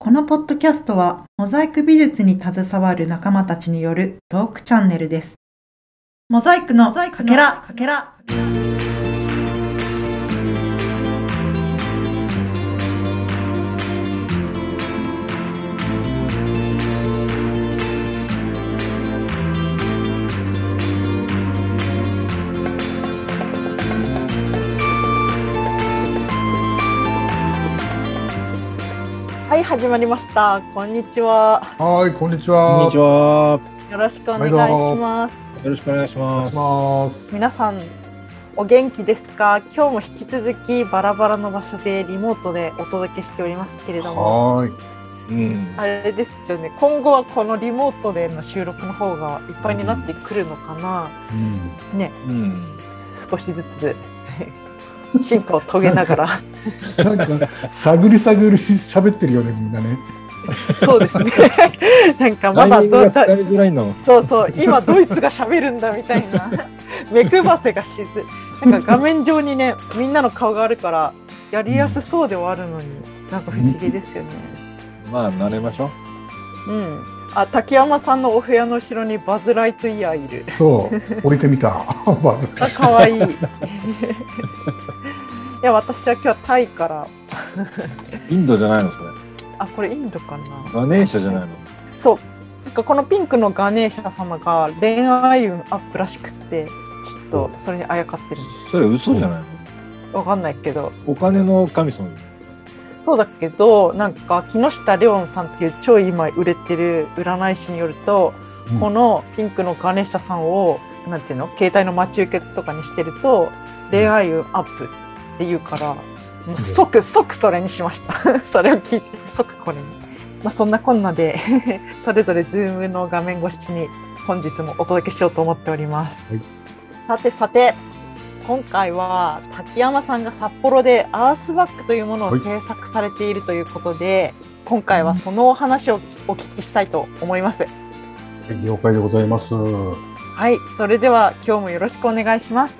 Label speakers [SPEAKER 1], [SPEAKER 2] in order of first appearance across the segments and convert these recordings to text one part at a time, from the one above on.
[SPEAKER 1] このポッドキャストは、モザイク美術に携わる仲間たちによるトークチャンネルです。モザイクのかけら、かけら。
[SPEAKER 2] はい、始まりました。こんにちは。
[SPEAKER 3] はい、こんにち
[SPEAKER 4] こん
[SPEAKER 3] は。
[SPEAKER 4] にちは。
[SPEAKER 2] よろしくお願いします。
[SPEAKER 4] よろしくお願いし
[SPEAKER 3] お願
[SPEAKER 4] ま
[SPEAKER 3] い
[SPEAKER 4] す。
[SPEAKER 3] します。
[SPEAKER 2] 皆さん、お元気ですか今日も引き続きバラバラの場所でリモートでお届けしておりますけれども、
[SPEAKER 3] はーい。
[SPEAKER 4] うん。
[SPEAKER 2] あれですよね、今後はこのリモートでの収録の方がいっぱいになってくるのかな、
[SPEAKER 3] うん
[SPEAKER 4] うん。
[SPEAKER 2] 少しず つ進化を遂げながら。
[SPEAKER 3] なんか探り探り喋ってるよね、みんなね。
[SPEAKER 2] そうですね。 なんかま
[SPEAKER 4] ま
[SPEAKER 2] だど
[SPEAKER 4] だ
[SPEAKER 2] う
[SPEAKER 4] が使いづらいの。
[SPEAKER 2] そうそう、今ドイツが喋るんだみたい な。目くばせがしず。なんか画面上にね、みんなの顔があるから、やりやすそうではあるのに、なんか不思議ですよね。
[SPEAKER 4] まあ慣れましょう。
[SPEAKER 2] うん。あ、滝山さんのお部屋の後ろにバズライトイヤーいる。
[SPEAKER 3] そう、置いてみた。 まず。
[SPEAKER 2] あ、可 愛いい。いや、私は今日はタイから、
[SPEAKER 4] インドじゃないのそれ。
[SPEAKER 2] あ、これインドかな。
[SPEAKER 4] ガネーシャじゃないの。
[SPEAKER 2] そう。なんかこのピンクのガネーシャ様が恋愛運アップらしくって、ちょっとそれにあやかってる。
[SPEAKER 4] それ嘘じゃないの。
[SPEAKER 2] わかんないけど。
[SPEAKER 4] お金の神様。
[SPEAKER 2] そうだけどなんか木下レオンさんっていう超今売れてる占い師によると、
[SPEAKER 3] うん
[SPEAKER 2] このピンクのガネーシャさんをなんていうの携帯の待ち受けとかにしてると恋愛運アップっていうから、もう即即それにしました それを聞いて即これに、まあ、そんなこんなで それぞれズームの画面越しに本日もお届けしようと思っております、
[SPEAKER 3] はい
[SPEAKER 2] さてさて今回は滝山さんが札幌でアースバックというものを
[SPEAKER 3] はい
[SPEAKER 2] 制作されているということで、今回はそのお話をお聞きしたいと思います
[SPEAKER 3] 了解でございます。は
[SPEAKER 2] はいそれでは今日もよろしくお願いします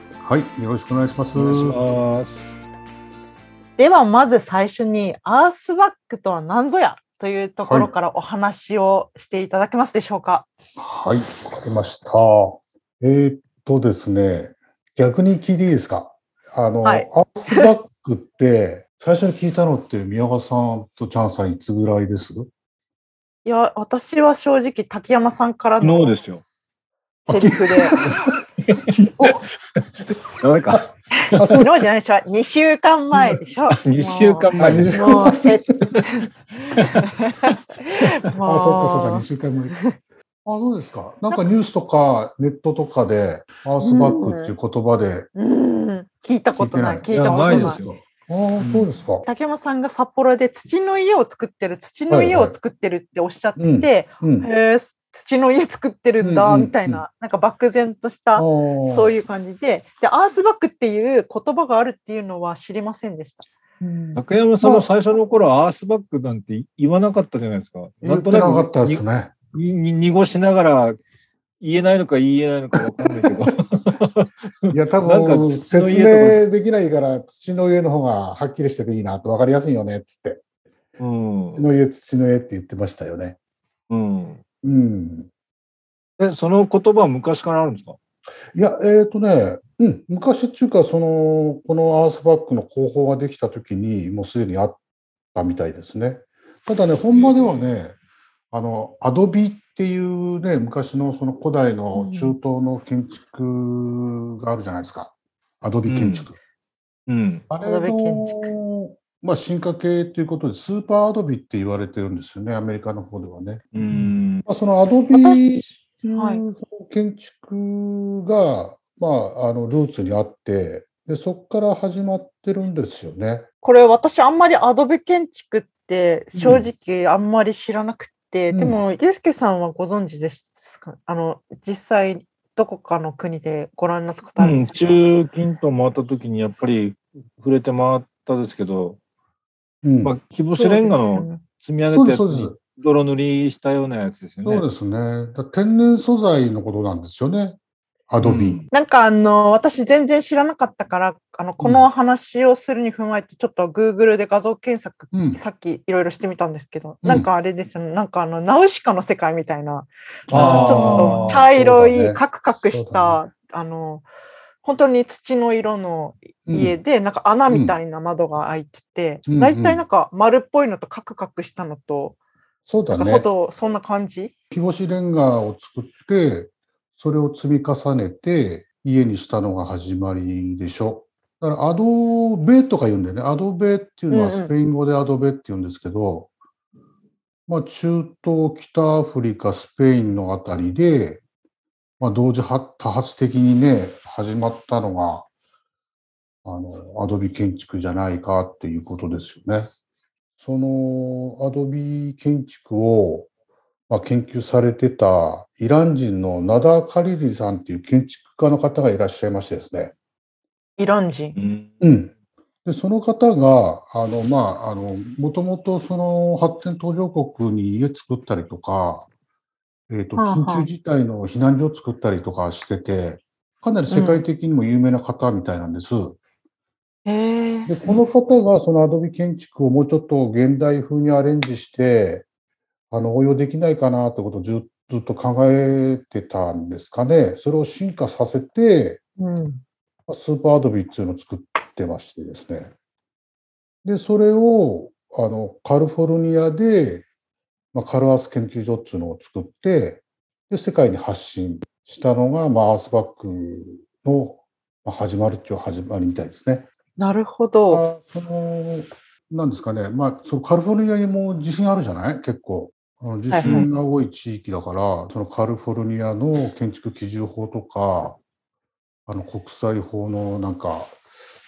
[SPEAKER 3] い、よろしくお願いします。
[SPEAKER 4] お願いします。
[SPEAKER 2] ではまず最初にアースバックとは何ぞやというところからお話をしていただけますでしょうか、
[SPEAKER 3] はい、わかりました。えーっとですね、逆に聞いていいですかあの、
[SPEAKER 2] はい
[SPEAKER 3] アースバックって、最初に聞いたのって宮川さんとチャンさんいつぐら いです
[SPEAKER 2] い、や私は正直滝山さんから
[SPEAKER 4] ノー
[SPEAKER 2] の
[SPEAKER 4] ですよ。
[SPEAKER 2] セリフ で
[SPEAKER 4] ダメか。
[SPEAKER 3] あ、そう
[SPEAKER 2] 昨日じゃないでしょ2週間前でしょ
[SPEAKER 4] 二週間
[SPEAKER 3] あ
[SPEAKER 4] 前
[SPEAKER 3] 二
[SPEAKER 4] で
[SPEAKER 3] 週
[SPEAKER 4] す。
[SPEAKER 3] 間
[SPEAKER 2] もうせも
[SPEAKER 3] あ、
[SPEAKER 2] う
[SPEAKER 3] そっかそっか、2週間前。あ、 どうですかなんかニュースとかネットとかで、アースバックっていう言葉で
[SPEAKER 2] うん聞いたことない聞
[SPEAKER 3] 聞
[SPEAKER 2] い
[SPEAKER 4] い
[SPEAKER 2] た
[SPEAKER 4] て
[SPEAKER 2] こと
[SPEAKER 4] な
[SPEAKER 2] ないい
[SPEAKER 4] いやないですよ
[SPEAKER 3] ああ、そうですか。
[SPEAKER 2] 竹山さんが札幌で土の家を作ってる土の
[SPEAKER 3] はい
[SPEAKER 2] 家
[SPEAKER 3] はい
[SPEAKER 2] を作ってるっておっしゃってて、
[SPEAKER 3] うんうん。
[SPEAKER 2] へえ土の家作ってるんだ、
[SPEAKER 3] うんうんうん
[SPEAKER 2] みたいななんか漠然とし
[SPEAKER 3] あ
[SPEAKER 2] たそ
[SPEAKER 3] そう
[SPEAKER 2] いう感じででアースバックっていう言葉があるっていうのは知りませんでした。
[SPEAKER 4] 竹山さんも最初の頃はアースバックなんて言わなかったじゃないですか。
[SPEAKER 3] 言ってなかったです ね。
[SPEAKER 4] にに濁しながら言えないのか言えないのかわかんないけど。
[SPEAKER 3] いや、多
[SPEAKER 4] なん
[SPEAKER 3] 分
[SPEAKER 4] か
[SPEAKER 3] 説明できないから、土の家の方がはっきりしてていいなって、わかりやすいよねっつって、
[SPEAKER 4] うん
[SPEAKER 3] 土の家、土の家って言ってましたよね。
[SPEAKER 4] うん。
[SPEAKER 3] うん。
[SPEAKER 4] え、その言葉は昔からあるんですか
[SPEAKER 3] いや、えっ、とね、うん、昔っていうか、その、このアースバックの広報ができた時に、もうすでにあったみたいですね。ただね、本場ではね、あの、アドビっていうね、昔のその古代の中東の建築があるじゃないですか。アドビ建築。
[SPEAKER 4] うん。
[SPEAKER 3] あれ
[SPEAKER 2] アドビ建
[SPEAKER 3] の、まあ、進化系ということで、スーパーアドビって言われてるんですよね、アメリカの方ではね。
[SPEAKER 4] うん。
[SPEAKER 3] まあ、そのアドビ
[SPEAKER 2] 私
[SPEAKER 3] っていう
[SPEAKER 2] はい
[SPEAKER 3] その建築が、まあ、あのルーツにあってでそこから始まってるんですよね。
[SPEAKER 2] これ私あんまりアドビ建築って正直あんまり知らなくて、
[SPEAKER 3] うん
[SPEAKER 2] でもユースケさんはご存知ですかあの実際どこかの国でご覧になったことあるんですか、
[SPEAKER 4] 中近東回った時にやっぱり触れて回ったですけど、
[SPEAKER 3] うん
[SPEAKER 4] まあ、木星レンガ
[SPEAKER 2] そうです
[SPEAKER 4] の
[SPEAKER 2] よね
[SPEAKER 4] 積み上
[SPEAKER 3] そう
[SPEAKER 4] げ
[SPEAKER 3] です
[SPEAKER 4] て
[SPEAKER 3] そうです
[SPEAKER 4] 泥塗りしたようなやつですよ
[SPEAKER 3] そう
[SPEAKER 4] ね。
[SPEAKER 3] ですね。だ天然素材のことなんですよね。アド
[SPEAKER 4] う
[SPEAKER 3] ビ
[SPEAKER 4] ん。
[SPEAKER 2] なんかあの、私全然知らなかったから、あの、この話をするに踏まえて、ちょっと Google で画像検索、
[SPEAKER 3] うん
[SPEAKER 2] さっきいろいろしてみたんですけど、
[SPEAKER 3] うん
[SPEAKER 2] なんかあれですよね、なんかあの、ナウシカの世界みたいな、あ
[SPEAKER 4] あ
[SPEAKER 2] の
[SPEAKER 4] ー
[SPEAKER 2] ちょっと茶色
[SPEAKER 3] そうだ
[SPEAKER 2] い
[SPEAKER 3] ね
[SPEAKER 2] カクカク
[SPEAKER 3] そ
[SPEAKER 2] し
[SPEAKER 3] うだ
[SPEAKER 2] た、あの、本当に土の色の家
[SPEAKER 3] うん
[SPEAKER 2] で、なんか穴みたいな窓が開いてて、
[SPEAKER 3] うん
[SPEAKER 2] 大体なんか丸っぽいのとカクカクしたのと、
[SPEAKER 3] そうだ
[SPEAKER 2] なんか
[SPEAKER 3] ね
[SPEAKER 2] ほ。ど、そんな感じ
[SPEAKER 3] 日干しレンガを作って、それを積み重ねて、家にしたのが始まりでしょ。だからアドベとか言うんだよね。アドベっていうのは
[SPEAKER 2] うんうん
[SPEAKER 3] スペイン語でアドベって言うんですけど、まあ中東、北アフリカ、スペインのあたりで、まあ同時は多発的にね、始まったのが、あの、アドビ建築じゃないかっていうことですよね。そのアドビ建築を、まあ、研究されてたイラン人のナダー・カリリさんっていう建築家の方がいらっしゃいましてですね。
[SPEAKER 2] イラン人。
[SPEAKER 4] うん
[SPEAKER 3] うん、でその方があの、まあ、あのもともとその発展途上国に家作ったりとか、えー、と
[SPEAKER 2] はあはあ
[SPEAKER 3] 緊急事態の避難所を作ったりとかしててかなり世界的にも有名な方みたいなんです。
[SPEAKER 2] へえ
[SPEAKER 3] でこの方がそのアドビ建築をもうちょっと現代風にアレンジしてあの応用できないかなってことをずっとずっと考えてたんですかね。それを進化させて、
[SPEAKER 2] うん。
[SPEAKER 3] スーパーアドビっていうのを作ってましてですね。で、それを、あの、カリフォルニアで、まあ、カルアース研究所っていうのを作って、で、世界に発信したのが、まあ、アースバックのまあ始まるっていう始まりみたいですね。
[SPEAKER 2] なるほど。
[SPEAKER 3] あその、なんですかね、まあ、そのカリフォルニアにも地震あるじゃない結構。あの地震が多い地域だから、そのカリフォルニアの建築基準法とか、あの国際法のなんか、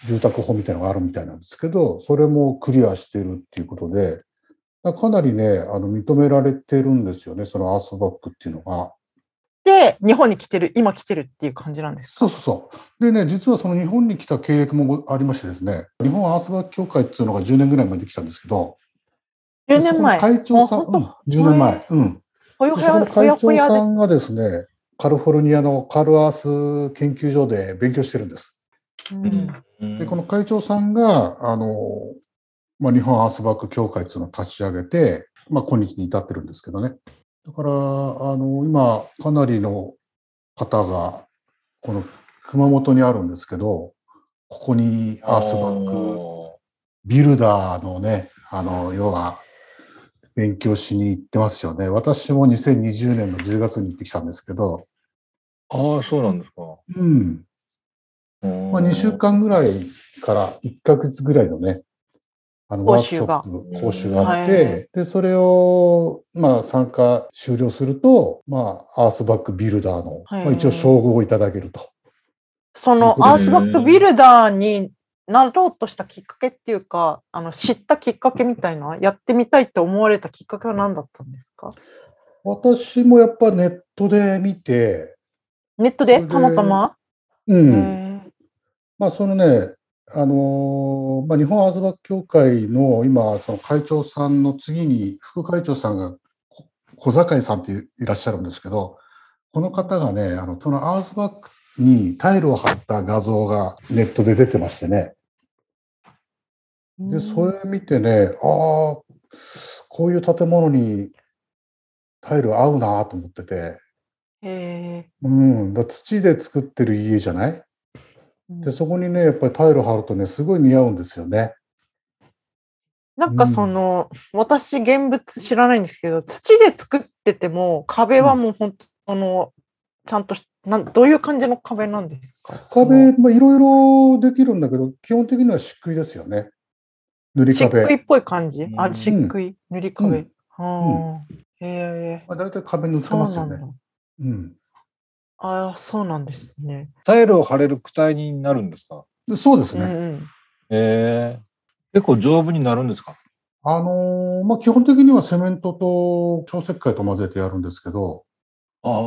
[SPEAKER 3] 住宅法みたいなのがあるみたいなんですけど、それもクリアしてるっていうことで、だからかなりね、あの認められてるんですよね、そのアースバックっていうのが。
[SPEAKER 2] で、日本に来てる、今来てるっていう感じなんです
[SPEAKER 3] そ
[SPEAKER 2] か
[SPEAKER 3] うそうそう。でね、実はその日本に来た経歴もありましてですね、日本アースバック協会っていうのが10年ぐらい前にできたんですけど、
[SPEAKER 2] ?10 年前。
[SPEAKER 3] そこの会長さん、
[SPEAKER 2] あ
[SPEAKER 3] うん、
[SPEAKER 2] 本当
[SPEAKER 3] 10年前。うん。
[SPEAKER 2] ほ
[SPEAKER 3] で
[SPEAKER 2] よ
[SPEAKER 3] そ
[SPEAKER 2] ほ
[SPEAKER 3] こ
[SPEAKER 2] や、
[SPEAKER 3] の
[SPEAKER 2] ほ
[SPEAKER 3] 会
[SPEAKER 2] やほ
[SPEAKER 3] 長
[SPEAKER 2] やで
[SPEAKER 3] さ
[SPEAKER 2] す。
[SPEAKER 3] んがですね、カリフォルニアのカルアース研究所で勉強してるんです。
[SPEAKER 2] うん
[SPEAKER 3] で、この会長さんが、あの、まあ、日本アースバック協会っていうのを立ち上げて、まあ、今日に至ってるんですけどね。だから、あの、今、かなりの方が、この熊本にあるんですけど、ここにアースバックビルダーのね、あの、要は、勉強しに行ってますよね。私も2020年の10月に行ってきたんですけど、
[SPEAKER 4] ああ、そうなんですか。
[SPEAKER 3] うん。まあ、2週間ぐらいから1ヶ月ぐらいのね、あの、ワ
[SPEAKER 2] 講
[SPEAKER 3] ークシ
[SPEAKER 2] 習
[SPEAKER 3] ョ
[SPEAKER 2] が
[SPEAKER 3] ップ、講習があっ
[SPEAKER 2] うんは
[SPEAKER 3] て、で、それを、まあ、参加終了すると、まあ、アースバックビルダーの、
[SPEAKER 2] はい
[SPEAKER 3] まあ、一応称号をいただけると。
[SPEAKER 2] その
[SPEAKER 3] うん
[SPEAKER 2] アースバックビルダーになろうとしたきっかけっていうか、あの知ったきっかけみたいな、やってみたいって思われたきっかけは何だったんですか
[SPEAKER 3] 私もやっぱネットで見て、
[SPEAKER 2] ネット
[SPEAKER 3] そ
[SPEAKER 2] で
[SPEAKER 3] れで
[SPEAKER 2] たまたま、
[SPEAKER 3] うん。
[SPEAKER 2] へ
[SPEAKER 3] まあ、そのね、あのーまあ、日本アースバック協会の今、その会長さんの次に副会長さんがこ小坂井さんっていらっしゃるんですけど、この方がね、あのそのアースバックにタイルを貼った画像がネットで出てましてね、
[SPEAKER 2] ー
[SPEAKER 3] でそれ見てね、ああ、こういう建物にタイル合うなと思ってて、
[SPEAKER 2] へ
[SPEAKER 3] うん、だ土で作ってる家じゃない
[SPEAKER 2] ー
[SPEAKER 3] で、そこにね、やっぱりタイル貼るとね、すごい似合うんですよね。
[SPEAKER 2] なんかその、私現物知らないんですけど土で作ってても壁はもう本当の、ちゃんとしなんどういう感じの壁なんですか
[SPEAKER 3] 壁、まあ、いろいろできるんだけど、基本的には漆喰ですよね。塗り
[SPEAKER 2] 漆
[SPEAKER 3] 壁。
[SPEAKER 2] 喰っぽい感じ、あ
[SPEAKER 4] うん
[SPEAKER 2] 漆喰塗り壁、
[SPEAKER 3] うん
[SPEAKER 2] はあへえ
[SPEAKER 3] まあ、大体壁塗って
[SPEAKER 2] そう
[SPEAKER 3] ます
[SPEAKER 2] な
[SPEAKER 3] よ
[SPEAKER 2] んだ
[SPEAKER 3] ね。うん
[SPEAKER 2] ああそうなんですね、
[SPEAKER 4] タイルを貼れる躯体になるんですか
[SPEAKER 3] でそうです
[SPEAKER 2] うん
[SPEAKER 3] ね。
[SPEAKER 2] うん
[SPEAKER 4] ええ結構丈夫になるんですか
[SPEAKER 3] あのーまあ、基本的にはセメントと調石灰と混ぜてやるんですけど、
[SPEAKER 4] ああ、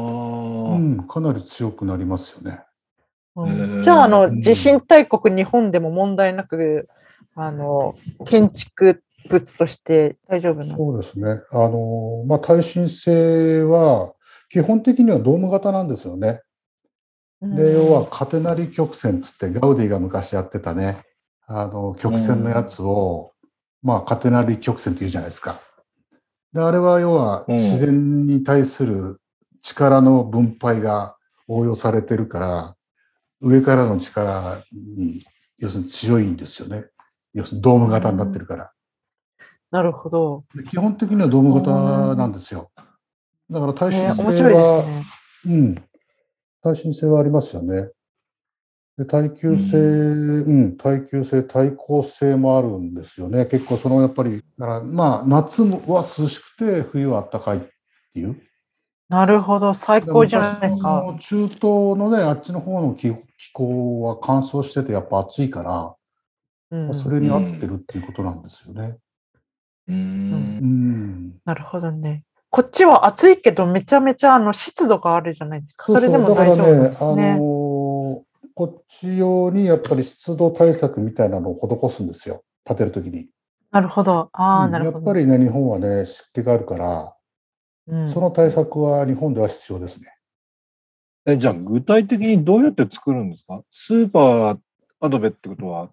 [SPEAKER 3] うん、かなり強くなりますよね。
[SPEAKER 2] うん
[SPEAKER 4] へえ
[SPEAKER 2] じゃああ
[SPEAKER 3] う
[SPEAKER 2] の
[SPEAKER 3] ん
[SPEAKER 2] 地震大国日本でも問題なくあの建築物として大丈夫なの
[SPEAKER 3] そうですね。あのーまあ、耐震性は、基本的にはドーム型なんですよね。で、要は、カテナリ曲線つって、ガウディが昔やってたね、あの、曲線のやつを、まあ、カテナリ曲線って言うじゃないですか。で、あれは要は、
[SPEAKER 4] うん
[SPEAKER 3] 自然に対する力の分配が応用されてるから、上からの力に、要するに強いんですよね。要するにドーム型になってるから。
[SPEAKER 2] なるほど。
[SPEAKER 3] で基本的にはドーム型なんですよ。だから耐
[SPEAKER 2] ね
[SPEAKER 3] 震
[SPEAKER 2] 面白いで
[SPEAKER 3] 性
[SPEAKER 2] す
[SPEAKER 3] は、
[SPEAKER 2] ね。
[SPEAKER 3] うん。耐震性はありますよね。で耐久性、うん、耐久性、耐候性もあるんですよね。結構そのやっぱり、だからまあ夏は涼しくて冬は暖かいっていう。
[SPEAKER 2] なるほど、最高じゃないです
[SPEAKER 3] 昔
[SPEAKER 2] か。
[SPEAKER 3] の中東のね、あっちの方の気気候は乾燥しててやっぱ暑いから、
[SPEAKER 2] うん、
[SPEAKER 3] それに合ってるっていうことなんですよね。
[SPEAKER 4] うん
[SPEAKER 3] うん。
[SPEAKER 2] なるほどね。こっちは暑いけど、めちゃめちゃあの湿度があるじゃないですか。それでも大丈夫なん
[SPEAKER 3] だ
[SPEAKER 2] で
[SPEAKER 3] から
[SPEAKER 2] す
[SPEAKER 3] ね、あのー
[SPEAKER 2] ね。
[SPEAKER 3] こっち用にやっぱり湿度対策みたいなのを施すんですよ、建てるときに。
[SPEAKER 2] なるほど。ああ、
[SPEAKER 3] うん
[SPEAKER 2] なる
[SPEAKER 3] や
[SPEAKER 2] ほ
[SPEAKER 3] っ
[SPEAKER 2] ど
[SPEAKER 3] ぱ。りね、日本はね、湿気があるから、
[SPEAKER 2] うん
[SPEAKER 3] その対策は日本では必要ですね。
[SPEAKER 4] えじゃあ、具体的にどうやって作るんですかスーパーアドベってことは、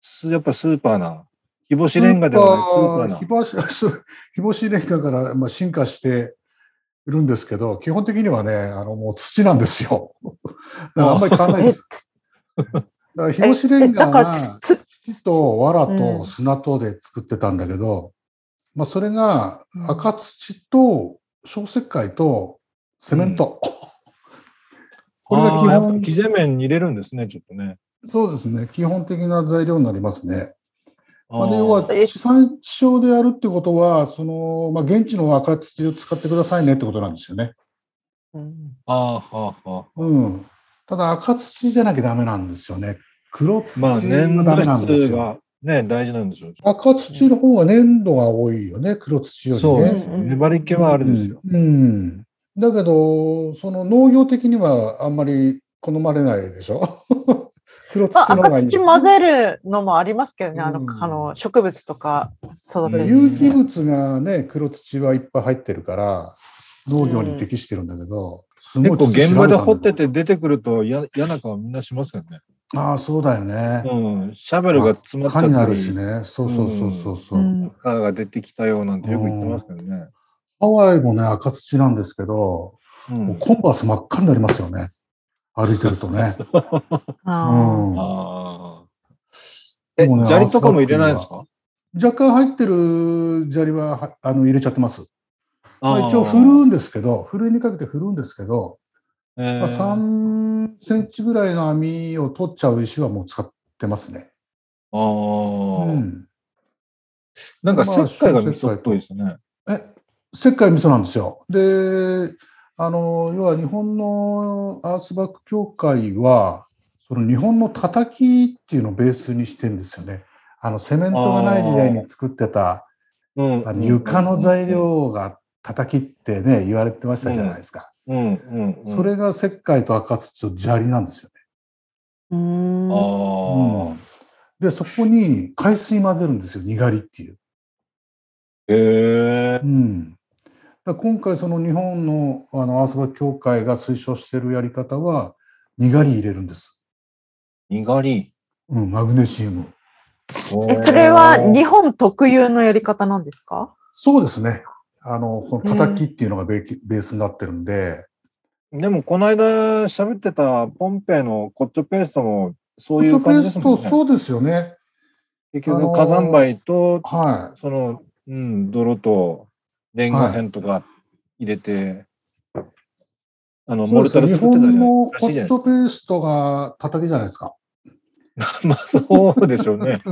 [SPEAKER 4] すやっぱりスーパーな、日干しレンガではないスーパーな。
[SPEAKER 3] 日干し、 日干しレンガからまあ進化しているんですけど、基本的にはね、あのもう土なんですよ。 だからあんまり変わらないです。だから日干し レ
[SPEAKER 2] え
[SPEAKER 3] ンガ
[SPEAKER 2] だから
[SPEAKER 3] が、
[SPEAKER 2] つつ
[SPEAKER 3] 土と藁
[SPEAKER 2] う
[SPEAKER 3] と
[SPEAKER 2] ん
[SPEAKER 3] 砂とで作ってたんだけど、まあ、それが
[SPEAKER 2] うん
[SPEAKER 3] 赤土と小石灰とセメント、 これが基
[SPEAKER 4] あーやっぱ
[SPEAKER 3] 本
[SPEAKER 4] 木地面に入れるんですね、ちょっとね。
[SPEAKER 3] そうですね基本的な材料になりますね。まあ、で
[SPEAKER 4] ー
[SPEAKER 3] 要は
[SPEAKER 2] え
[SPEAKER 3] 地産地消でやるってことはその、まあ、現地の赤土を使ってくださいねってことなんですよね。
[SPEAKER 2] うん
[SPEAKER 4] あーはあはあ
[SPEAKER 3] うん、ただ赤土じゃなきゃダメなんですよね。黒土
[SPEAKER 4] ま
[SPEAKER 3] が
[SPEAKER 4] あ、粘
[SPEAKER 3] ダメなんで
[SPEAKER 4] 土
[SPEAKER 3] す
[SPEAKER 4] 質
[SPEAKER 3] よ。
[SPEAKER 4] がね、大事なんでしょう。
[SPEAKER 3] 赤土の方は粘土が多いよね黒土よりね。
[SPEAKER 4] そうです
[SPEAKER 2] う
[SPEAKER 4] よ
[SPEAKER 2] んうんうん
[SPEAKER 4] 粘り気はあれですよ。
[SPEAKER 3] うん。うんだけど、その農業的にはあんまり好まれないでしょ 黒土
[SPEAKER 2] ま
[SPEAKER 3] の
[SPEAKER 2] あ、
[SPEAKER 3] 方が
[SPEAKER 2] 赤
[SPEAKER 3] いい。
[SPEAKER 2] 土混ぜるのもありますけどね、あ
[SPEAKER 3] うん
[SPEAKER 2] のあの植物とか育て
[SPEAKER 3] で
[SPEAKER 2] る
[SPEAKER 3] 有機物がね、黒土はいっぱい入ってるから、農業に適してるんだけど、す
[SPEAKER 4] 結構
[SPEAKER 3] ごい土
[SPEAKER 4] 現
[SPEAKER 3] 調
[SPEAKER 4] 場
[SPEAKER 3] べ
[SPEAKER 4] で
[SPEAKER 3] たんだ
[SPEAKER 4] 掘ってて出てくると嫌嫌な顔みんなしますけどね。
[SPEAKER 3] ああ、そうだよね。
[SPEAKER 4] うん、シャベルが詰まっちゃ
[SPEAKER 3] 蚊
[SPEAKER 4] っ
[SPEAKER 3] にな
[SPEAKER 4] た
[SPEAKER 3] る
[SPEAKER 4] り、
[SPEAKER 3] しね。そうそうそうそうそうう。
[SPEAKER 2] ん
[SPEAKER 4] 蚊が出てきたよなんてよく言ってますけどね。
[SPEAKER 3] ハワイもね、赤土なんですけど、
[SPEAKER 4] うん
[SPEAKER 3] もうコンバース真っ赤になりますよね。歩いてるとね。う
[SPEAKER 2] あ
[SPEAKER 3] ん。
[SPEAKER 4] ああ。
[SPEAKER 3] で
[SPEAKER 4] え、
[SPEAKER 3] もね
[SPEAKER 4] 砂利とかも入れないんですか
[SPEAKER 3] 若干入ってる砂利ははあの入れちゃってます。まあ、一応振る
[SPEAKER 4] ー
[SPEAKER 3] んですけど、ふるいにかけて振るんですけど、
[SPEAKER 4] え
[SPEAKER 3] まあ、
[SPEAKER 4] ー
[SPEAKER 3] 3センチぐらいの網を取っちゃう石はもう使ってますね。
[SPEAKER 4] あ
[SPEAKER 3] う
[SPEAKER 4] ー。
[SPEAKER 3] ん、
[SPEAKER 4] なんか石灰が味噌っぽいですね。
[SPEAKER 3] え石灰味噌なんですよ。であの要は日本のアースバック協会はその日本のたたきっていうのをベースにしてんですよね。あのセメントがない時代に作ってた
[SPEAKER 4] うん
[SPEAKER 3] あの床の材。料がたたきってね言われてましたじゃないですか。
[SPEAKER 4] うんうん。うん
[SPEAKER 3] そ。れが石灰と赤土と砂利なんですよ。
[SPEAKER 2] ーうん
[SPEAKER 4] ああ。
[SPEAKER 3] でそこに海水混ぜるんですよにがりっていう。
[SPEAKER 4] へえ
[SPEAKER 3] う。ん、だから今回その日本のあのアースバ協会が推奨してるやり方はにがり入れるんです、
[SPEAKER 4] にがり。
[SPEAKER 3] うん、マグネシウム。
[SPEAKER 2] えそれは日本特有のやり方なんですか
[SPEAKER 3] そうですねあのこのたたきっていうのがベーキベースになってるんで、
[SPEAKER 4] でも、この間喋ってたポンペイのコッチョペーストも、そうい
[SPEAKER 3] コチョ
[SPEAKER 4] う
[SPEAKER 3] ペ
[SPEAKER 4] 感
[SPEAKER 3] ー
[SPEAKER 4] じで
[SPEAKER 3] ス
[SPEAKER 4] すも
[SPEAKER 3] ト
[SPEAKER 4] んね。
[SPEAKER 3] そうですよね。
[SPEAKER 4] 結
[SPEAKER 3] あのー
[SPEAKER 4] 局、火山灰と、
[SPEAKER 3] は
[SPEAKER 4] その、うん、泥と、レンガ片とか入れて、あの、
[SPEAKER 3] い。そ
[SPEAKER 4] モ
[SPEAKER 3] うで
[SPEAKER 4] ル
[SPEAKER 3] す
[SPEAKER 4] タル
[SPEAKER 3] 日
[SPEAKER 4] 作っ
[SPEAKER 3] 本
[SPEAKER 4] てたじゃない
[SPEAKER 3] の
[SPEAKER 4] ら
[SPEAKER 3] コ
[SPEAKER 4] し
[SPEAKER 3] ッ
[SPEAKER 4] いじ
[SPEAKER 3] チ
[SPEAKER 4] ゃない
[SPEAKER 3] ョペーストがたたきじゃないですか。
[SPEAKER 4] ですか。まあ、そうでしょう ね。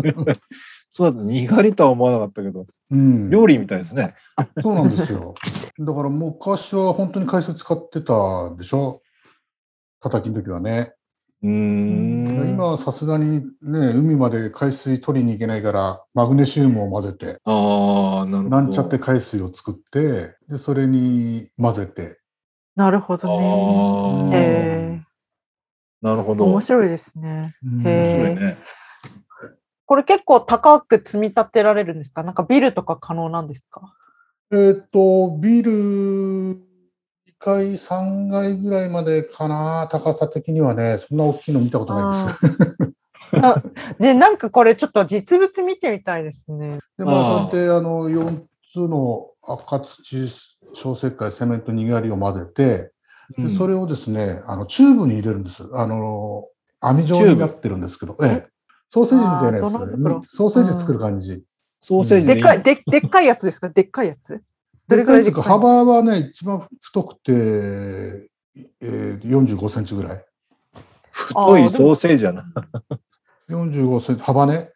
[SPEAKER 4] そうだと、にがりとは思わなかったけど、
[SPEAKER 3] うん、
[SPEAKER 4] 料理みたいですね。
[SPEAKER 3] そうなんですよ。だから昔は本当に海水使ってたでしょたたきの時はね。
[SPEAKER 4] うーん。
[SPEAKER 3] 今はさすがにね、海まで海水取りに行けないから、マグネシウムを混ぜて、
[SPEAKER 4] ああ、なるほど。
[SPEAKER 3] なんちゃって海水を作って、で、それに混ぜて。
[SPEAKER 2] なるほどね。
[SPEAKER 4] ああ、
[SPEAKER 2] え
[SPEAKER 4] なるほ
[SPEAKER 2] ー、
[SPEAKER 4] ど。
[SPEAKER 2] 面
[SPEAKER 4] 面白
[SPEAKER 2] 白いですね。
[SPEAKER 3] うん
[SPEAKER 2] へー
[SPEAKER 4] いね。
[SPEAKER 2] これ結構高く積み立てられるんですかなんかビルとか可能なんですか
[SPEAKER 3] えっと、ビルに階、3階ぐらいまでかな、高さ的にはね、そんな大きいの見たことないです。
[SPEAKER 2] あ ね、なんかこれちょっと実物見てみたいですね。
[SPEAKER 3] で、まあ、
[SPEAKER 4] あ
[SPEAKER 3] そ
[SPEAKER 4] あ
[SPEAKER 3] うやって、あの、4つの赤土、小石灰、セメント、にがりを混ぜて、でそれをですね、あの、チューブに入れるんです。あの、網状になってるんですけど、ええ。ソーセージみたいなや
[SPEAKER 2] ああドナルド
[SPEAKER 3] つ、ソーセージ作る感じ。
[SPEAKER 4] ソーセージ
[SPEAKER 2] でっかい、
[SPEAKER 4] で
[SPEAKER 2] ででっかいやつですかでっかいやつどれくらいでっかい
[SPEAKER 3] 幅はね、一番太くて、えー、45センチぐらい。
[SPEAKER 4] 太いソーセージやな。
[SPEAKER 3] 45センチ、幅ね。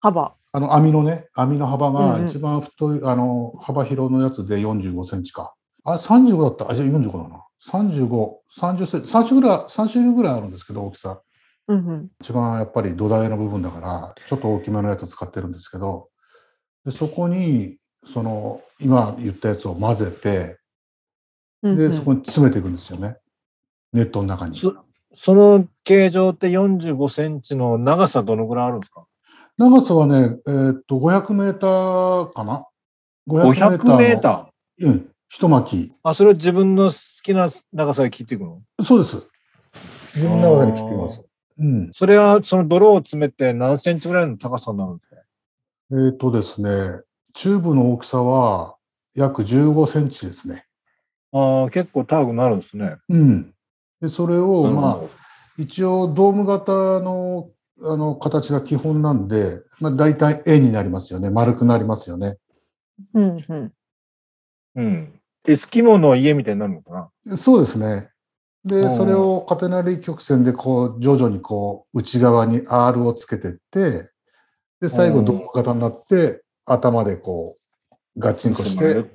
[SPEAKER 2] 幅。
[SPEAKER 3] あの網のね、網の幅
[SPEAKER 2] う
[SPEAKER 3] が
[SPEAKER 2] んうん
[SPEAKER 3] 一番太い、あの、幅広のやつで45センチか。あ、35だった。あ、じゃあ45だな。35、30センチ、3種ぐらい、3種類ぐらいあるんですけど、大きさ。
[SPEAKER 2] うんうん、
[SPEAKER 3] 一番やっぱり土台の部分だから、ちょっと大きめのやつ使ってるんですけど、でそこに、その、今言ったやつを混ぜて、
[SPEAKER 2] うんう
[SPEAKER 3] で、
[SPEAKER 2] ん
[SPEAKER 3] そこに詰めていくんですよね。ネットの中に。
[SPEAKER 4] そその形状って45センチの長さどのぐらいあるんですか
[SPEAKER 3] 長さはね、えーっと、500メーターかな
[SPEAKER 4] ?500 メータ
[SPEAKER 3] ーの。うん、一巻。
[SPEAKER 4] ー。あ、それを自分の好きな長さで切っていくの
[SPEAKER 3] そうです。自分の中で切っています。うん。
[SPEAKER 4] それはその泥を詰めて何センチぐらいの高さになるんですか
[SPEAKER 3] えーっとですね、チューブの大きさは約15センチですね。
[SPEAKER 4] ああ、結構高くなるんですね。
[SPEAKER 3] うん。で、それを、まあ、
[SPEAKER 4] あ、
[SPEAKER 3] 一応ドーム型のあの形が基本なんで、まあ、大体円になりますよね丸くなりますよね
[SPEAKER 2] うんうん
[SPEAKER 4] うん。エスキモの家みたいになるのかな
[SPEAKER 3] そうですね
[SPEAKER 4] う
[SPEAKER 3] で
[SPEAKER 4] ん
[SPEAKER 3] それを縦なり曲線でこう徐々にこう内側に R をつけてってで最後
[SPEAKER 4] うん
[SPEAKER 3] ドーム型になって頭でこうガッチンコして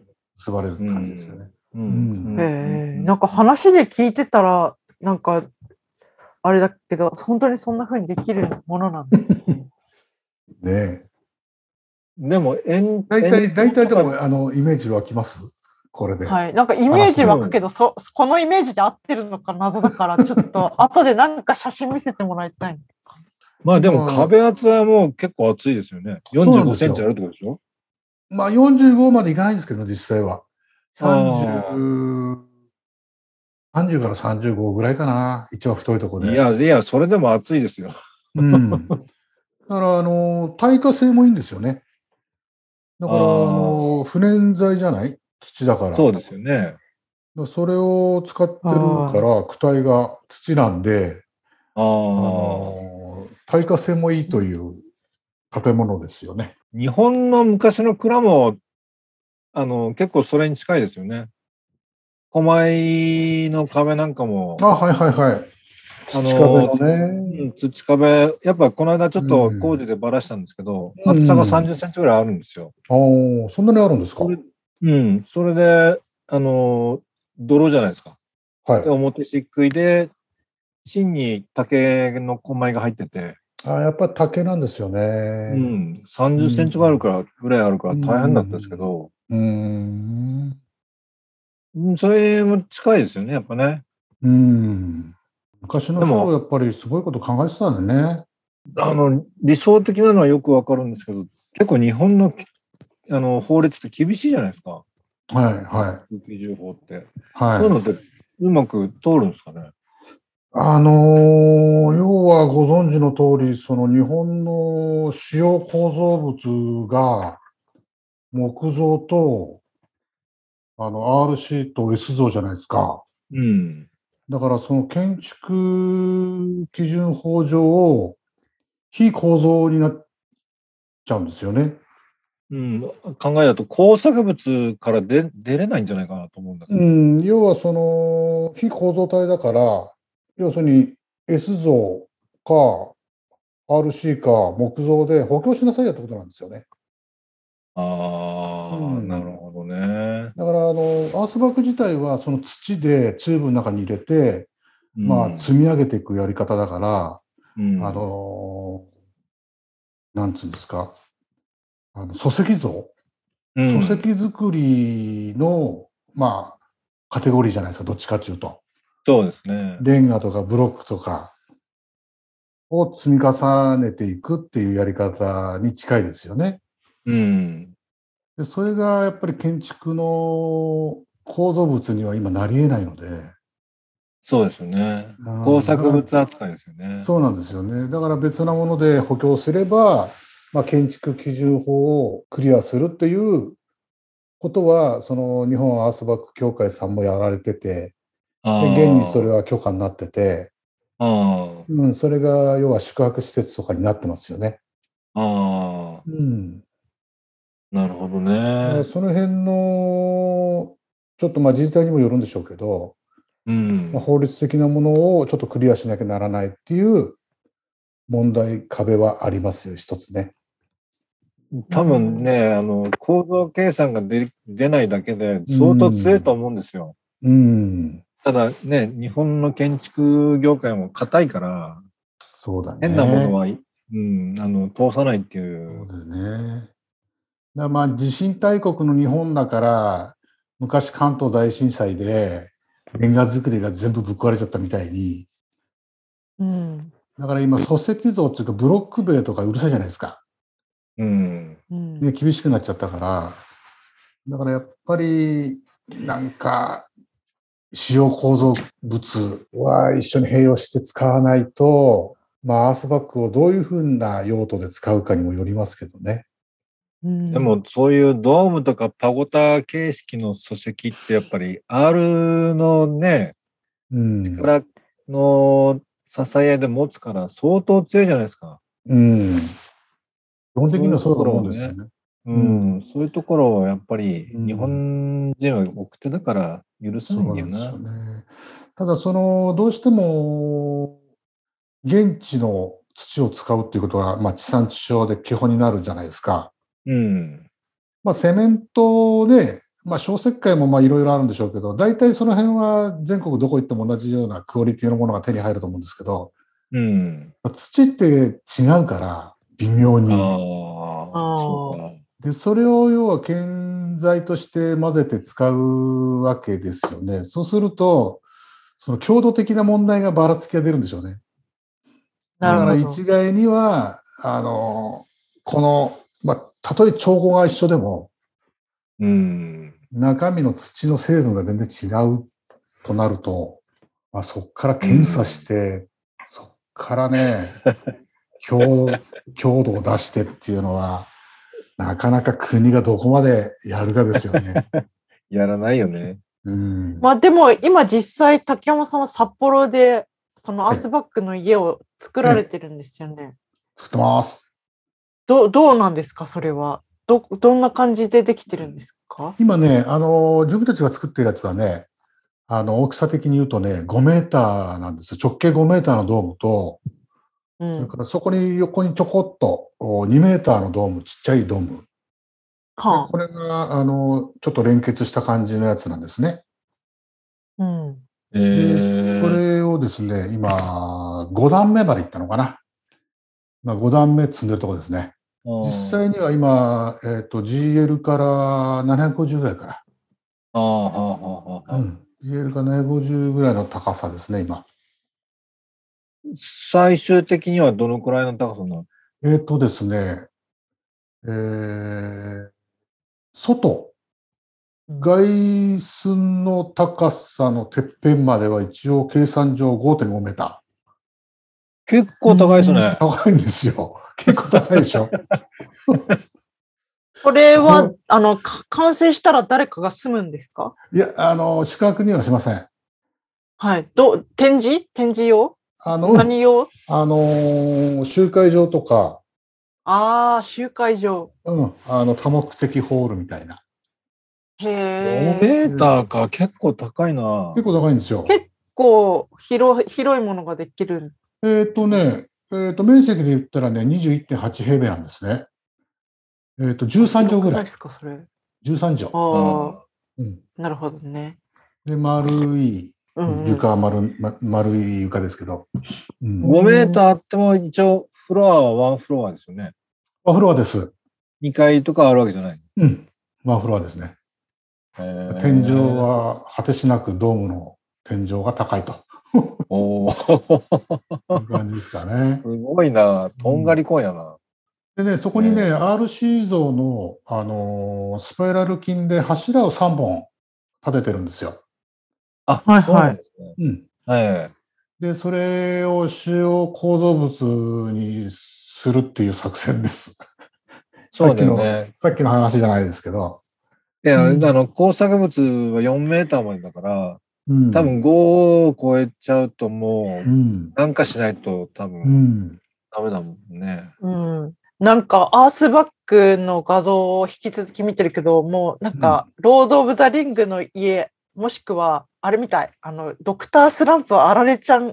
[SPEAKER 3] 座れる感じですよね、
[SPEAKER 4] う
[SPEAKER 3] うん
[SPEAKER 4] ん。
[SPEAKER 2] へえなんか話で聞いてたらなんかあれだけど本当にそんな風にできるものなんですね。
[SPEAKER 3] ねえ
[SPEAKER 4] でも、円。
[SPEAKER 3] 大体
[SPEAKER 4] 円
[SPEAKER 3] 大体でもあのイメージ湧きますこれで、
[SPEAKER 2] はい、なんかイメージ湧くけどそこのイメージで合ってるのか謎だからちょっ と後でなんか写真見せてもらいたい。
[SPEAKER 4] まあでも壁厚はもう結構厚いですよね。
[SPEAKER 3] うなんで
[SPEAKER 4] 45
[SPEAKER 3] す
[SPEAKER 4] セ
[SPEAKER 3] よ
[SPEAKER 4] ンチあるってことでしょ
[SPEAKER 3] まあ45までいかないんですけど、実際は。
[SPEAKER 4] あ
[SPEAKER 3] 30、30から35ぐらいかな。一番太いとこで。
[SPEAKER 4] いやいや、それでも厚いですよ。
[SPEAKER 3] うん。だから、あの、耐火性もいいんですよね。だから、あ
[SPEAKER 4] あー
[SPEAKER 3] の、不燃材じゃない土だから。
[SPEAKER 4] そうですよね。
[SPEAKER 3] だからそれを使ってるから、躯体が土なんで、
[SPEAKER 4] あ
[SPEAKER 3] あ
[SPEAKER 4] あ。
[SPEAKER 3] の、耐火性もいいという建物ですよね。
[SPEAKER 4] 日本の昔の蔵も、あの、結構それに近いですよね。狛江の壁なんかも、
[SPEAKER 3] あ、はいはいはい。
[SPEAKER 4] あの
[SPEAKER 3] 土壁のね。
[SPEAKER 4] うん土壁、やっぱこの間ちょっと
[SPEAKER 3] うん
[SPEAKER 4] 工事でばらしたんですけど、
[SPEAKER 3] うん
[SPEAKER 4] 厚さが30センチぐらいあるんですよ。
[SPEAKER 3] あーそんなにあるんですか。
[SPEAKER 4] こ
[SPEAKER 3] は
[SPEAKER 4] れうん、それで、あの、泥じゃないですか。
[SPEAKER 3] い
[SPEAKER 4] で、。表漆喰で、芯に竹の小米が入ってて、
[SPEAKER 3] あやっぱり竹なんですよ
[SPEAKER 4] う
[SPEAKER 3] ね。
[SPEAKER 4] ん、30センチぐらいあるから、ぐらいあるから大変だったんですけど、
[SPEAKER 3] うーん。
[SPEAKER 4] うん、それも近いですよね、やっぱね。
[SPEAKER 3] うーん。昔の
[SPEAKER 4] でも
[SPEAKER 3] 人はやっぱりすごいこと考えてたんだね。
[SPEAKER 4] あの、理想的なのはよくわかるんですけど、結構日本のきあの法律って厳しいじゃないですか、
[SPEAKER 3] はいは
[SPEAKER 4] 空気重法って。
[SPEAKER 3] いはい。
[SPEAKER 4] そういうのってうまく通るんですかね。
[SPEAKER 3] あのー要はご存知の通り、その日本の主要構造物が木造とあの RC と S 像じゃないですか。
[SPEAKER 4] うん。
[SPEAKER 3] だからその建築基準法上を非構造になっちゃうんですよね。
[SPEAKER 4] うん、考えだと工作物から出出れないんじゃないかなと思うんだけど。
[SPEAKER 3] うん、要はその非構造体だから要するに S 像か RC か木造で補強しなさいよってことなんですよね。
[SPEAKER 4] ああ、
[SPEAKER 3] うん
[SPEAKER 4] なるほどね。
[SPEAKER 3] だからあのアースバック自体はその土でチューブの中に入れて、まあ、積み上げていくやり方だから、
[SPEAKER 4] うん
[SPEAKER 3] あのなんつうんですかあの礎石像、
[SPEAKER 4] うん
[SPEAKER 3] 礎石作りのまあカテゴリーじゃないですかどっちかっていうと。
[SPEAKER 4] そうですね。
[SPEAKER 3] レンガとかブロックとかを積み重ねていくっていうやり方に近いですよね。
[SPEAKER 4] うん。
[SPEAKER 3] でそれがやっぱり建築の構造物には今なり得ないので。
[SPEAKER 4] そうですよね。
[SPEAKER 3] うん
[SPEAKER 4] 工作物扱いですよね。
[SPEAKER 3] そうなんですよね。だから別なもので補強すれば、まあ、建築基準法をクリアするということは、その日本アースバック協会さんもやられてて、
[SPEAKER 4] あ
[SPEAKER 3] で
[SPEAKER 4] ー
[SPEAKER 3] 現にそれは許可になってて、
[SPEAKER 4] あー
[SPEAKER 3] うん、それが要は宿泊施設とかになってますよね。
[SPEAKER 4] あ
[SPEAKER 3] うん、
[SPEAKER 4] ー、なるほど
[SPEAKER 3] で
[SPEAKER 4] ね。
[SPEAKER 3] その辺のちょっとまあ自治体にもよるんでしょうけど、
[SPEAKER 4] うん
[SPEAKER 3] まあ、。法律的なものをちょっとクリアしなきゃならないっていう問題、壁はありますよ、一つね。
[SPEAKER 4] 多分ね、あの、構造計算が出出ないだけで相当強いと思うんですよ。
[SPEAKER 3] うん、
[SPEAKER 4] ただね、日本の建築業界も硬いから、
[SPEAKER 3] そうだね。
[SPEAKER 4] 変なものは、うん、あの、通さないってい
[SPEAKER 3] そう
[SPEAKER 4] う。
[SPEAKER 3] だよね。だからまあ地震大国の日本だから昔関東大震災でレンガ造りが全部ぶっ壊れちゃったみたいに
[SPEAKER 2] うん
[SPEAKER 3] だから今礎石像っていうかブロック塀とかうるさいじゃないですか、
[SPEAKER 4] うん。
[SPEAKER 2] うん
[SPEAKER 3] ね、厳しくなっちゃったからだからやっぱりなんか主要構造物は一緒に併用して使わないと、まあ、アースバッグをどういうふうな用途で使うかにもよりますけどね。
[SPEAKER 2] うん
[SPEAKER 4] でも、そういうドームとかパゴタ形式の礎石ってやっぱり R のね、
[SPEAKER 3] うん
[SPEAKER 4] 力の支えで持つから相当強いじゃないですか。
[SPEAKER 3] うん。基本的にはそうだと思うんですよね。
[SPEAKER 4] うん、そういうところはやっぱり
[SPEAKER 3] うん
[SPEAKER 4] 日本人は奥手だから許さ
[SPEAKER 3] そ
[SPEAKER 4] ないん
[SPEAKER 3] う
[SPEAKER 4] だ
[SPEAKER 3] な
[SPEAKER 4] よ
[SPEAKER 3] んです
[SPEAKER 4] な。
[SPEAKER 3] よね。ただ、その、どうしても、現地の土を使うっていうことが、まあ、地産地消で基本になるじゃないですか。
[SPEAKER 4] うん。
[SPEAKER 3] まあ、セメントで、まあ、小石灰もまあいろいろあるんでしょうけど、大体その辺は全国どこ行っても同じようなクオリティのものが手に入ると思うんですけど、
[SPEAKER 4] うん。
[SPEAKER 3] 土って違うから、微妙
[SPEAKER 4] ああ、
[SPEAKER 3] に。
[SPEAKER 4] そうか。
[SPEAKER 3] で、それを要は建材として混ぜて使うわけですよね。そうすると、その強度的な問題がばらつきが出るんでしょうね。
[SPEAKER 2] な
[SPEAKER 3] だ
[SPEAKER 2] る
[SPEAKER 3] か
[SPEAKER 2] ほ
[SPEAKER 3] ら
[SPEAKER 2] ど
[SPEAKER 3] 一概には、あの、この、まあ、たとえ調合が一緒でも、
[SPEAKER 4] うん。
[SPEAKER 3] 中身の土の成分が全然違うとなると、まあ、そこから検査して、そこか らね、強強度を出してっていうのは、なかなか国がどこまでやるかですよ ね。
[SPEAKER 4] やらないよね。
[SPEAKER 3] うん、
[SPEAKER 2] まあでも今実際竹山さんは札幌でそのアースバックの家を作られてるんですよね。
[SPEAKER 3] 作ってます。
[SPEAKER 2] どどうなんですかそれはどどんな感じでできてるんですか
[SPEAKER 3] 今ね、あの、自分たちが作ってるやつはね、あの、大きさ的に言うとね、5メーターなんです。直径5メーターのドームと、
[SPEAKER 2] う
[SPEAKER 3] それ
[SPEAKER 2] ん
[SPEAKER 3] からそこに横にちょこっとお2メーターのドーム、ちっちゃいドーム。
[SPEAKER 2] は
[SPEAKER 3] これが、あの、ちょっと連結した感じのやつなんですね。
[SPEAKER 2] あうん
[SPEAKER 4] え
[SPEAKER 3] で
[SPEAKER 4] ー、
[SPEAKER 3] それをですね、今、5段目まで行ったのかな。まあ、5段目積んでるところですね。実際には今、えっ、と、GL から750ぐらいか
[SPEAKER 4] あーあー、あーあ
[SPEAKER 3] ら。
[SPEAKER 4] ー、
[SPEAKER 3] う
[SPEAKER 4] あー
[SPEAKER 3] ん。GL から750ぐらいの高さですね、今。
[SPEAKER 4] 最終的にはどのくらいの高さなの
[SPEAKER 3] えっ、とですね、えー、外、外寸の高さのてっぺんまでは一応計算上5.5メーター。
[SPEAKER 4] 結構高いですね。
[SPEAKER 3] 高いんですよ。結構高いでしょ。
[SPEAKER 2] これ
[SPEAKER 3] う
[SPEAKER 2] はあのか完成したら誰かが住むんですか
[SPEAKER 3] いや、あの、宿泊にはしません。
[SPEAKER 2] はいど展示展示用
[SPEAKER 3] あの、うん
[SPEAKER 2] 何用
[SPEAKER 3] あのー集会場とか、
[SPEAKER 2] ああ集会場
[SPEAKER 3] うん、あの、多目的ホールみたいな。
[SPEAKER 2] へ
[SPEAKER 4] 5
[SPEAKER 2] え
[SPEAKER 4] メーターか、結構高いな。
[SPEAKER 3] 結構高いんですよ。
[SPEAKER 2] 結構広い広いものができる
[SPEAKER 3] えーっ、とね、えーっ、と、面積で言ったらね、21.8平米なんですね。えーっ、と、13畳
[SPEAKER 2] 広くな
[SPEAKER 3] ぐら
[SPEAKER 2] い
[SPEAKER 3] い
[SPEAKER 2] で。すかそれ
[SPEAKER 3] 13畳。
[SPEAKER 2] ああ
[SPEAKER 3] うん、
[SPEAKER 2] なるほどね
[SPEAKER 3] で、丸い、
[SPEAKER 2] うんうん
[SPEAKER 3] 床は丸、ま、丸い床ですけど。うん。
[SPEAKER 4] 5メーターあっても一応フロアはワンフロアですよね。
[SPEAKER 3] ワンフロアです。
[SPEAKER 4] 2階とかあるわけじゃない。
[SPEAKER 3] うん。ワンフロアですね。天井。は果てしなくドームの天井が高いと
[SPEAKER 4] おー
[SPEAKER 3] いう感じです かね
[SPEAKER 4] す。ごいな。とんがり声やな。
[SPEAKER 3] でね、そこにね、
[SPEAKER 4] え
[SPEAKER 3] RC 像の、あのースパイラル筋で柱を3本立ててるんですよ。
[SPEAKER 4] あ、
[SPEAKER 2] はいはい
[SPEAKER 4] そうなんですね。
[SPEAKER 3] うん、
[SPEAKER 4] え
[SPEAKER 3] で、それを主要構造物にするっていう作 戦です。
[SPEAKER 4] えそうだよ
[SPEAKER 3] さ
[SPEAKER 4] ね
[SPEAKER 3] っき。の、さっきの話じゃないですけど。
[SPEAKER 4] いや、
[SPEAKER 1] うん
[SPEAKER 4] あの、工作物は4メーターまでだから、
[SPEAKER 3] うん、
[SPEAKER 4] 多分5を超えちゃうと
[SPEAKER 3] う
[SPEAKER 4] もう、
[SPEAKER 3] ん。
[SPEAKER 4] なんかしないと多
[SPEAKER 3] う
[SPEAKER 4] 分
[SPEAKER 3] ん。
[SPEAKER 4] ダメだもんね。
[SPEAKER 2] うん、なんかアースバックの画像を引き続き見てるけどもうなんか「ロード・オブ・ザ・リング」の家もしくはあれみたいあのドクター・スランプあられちゃん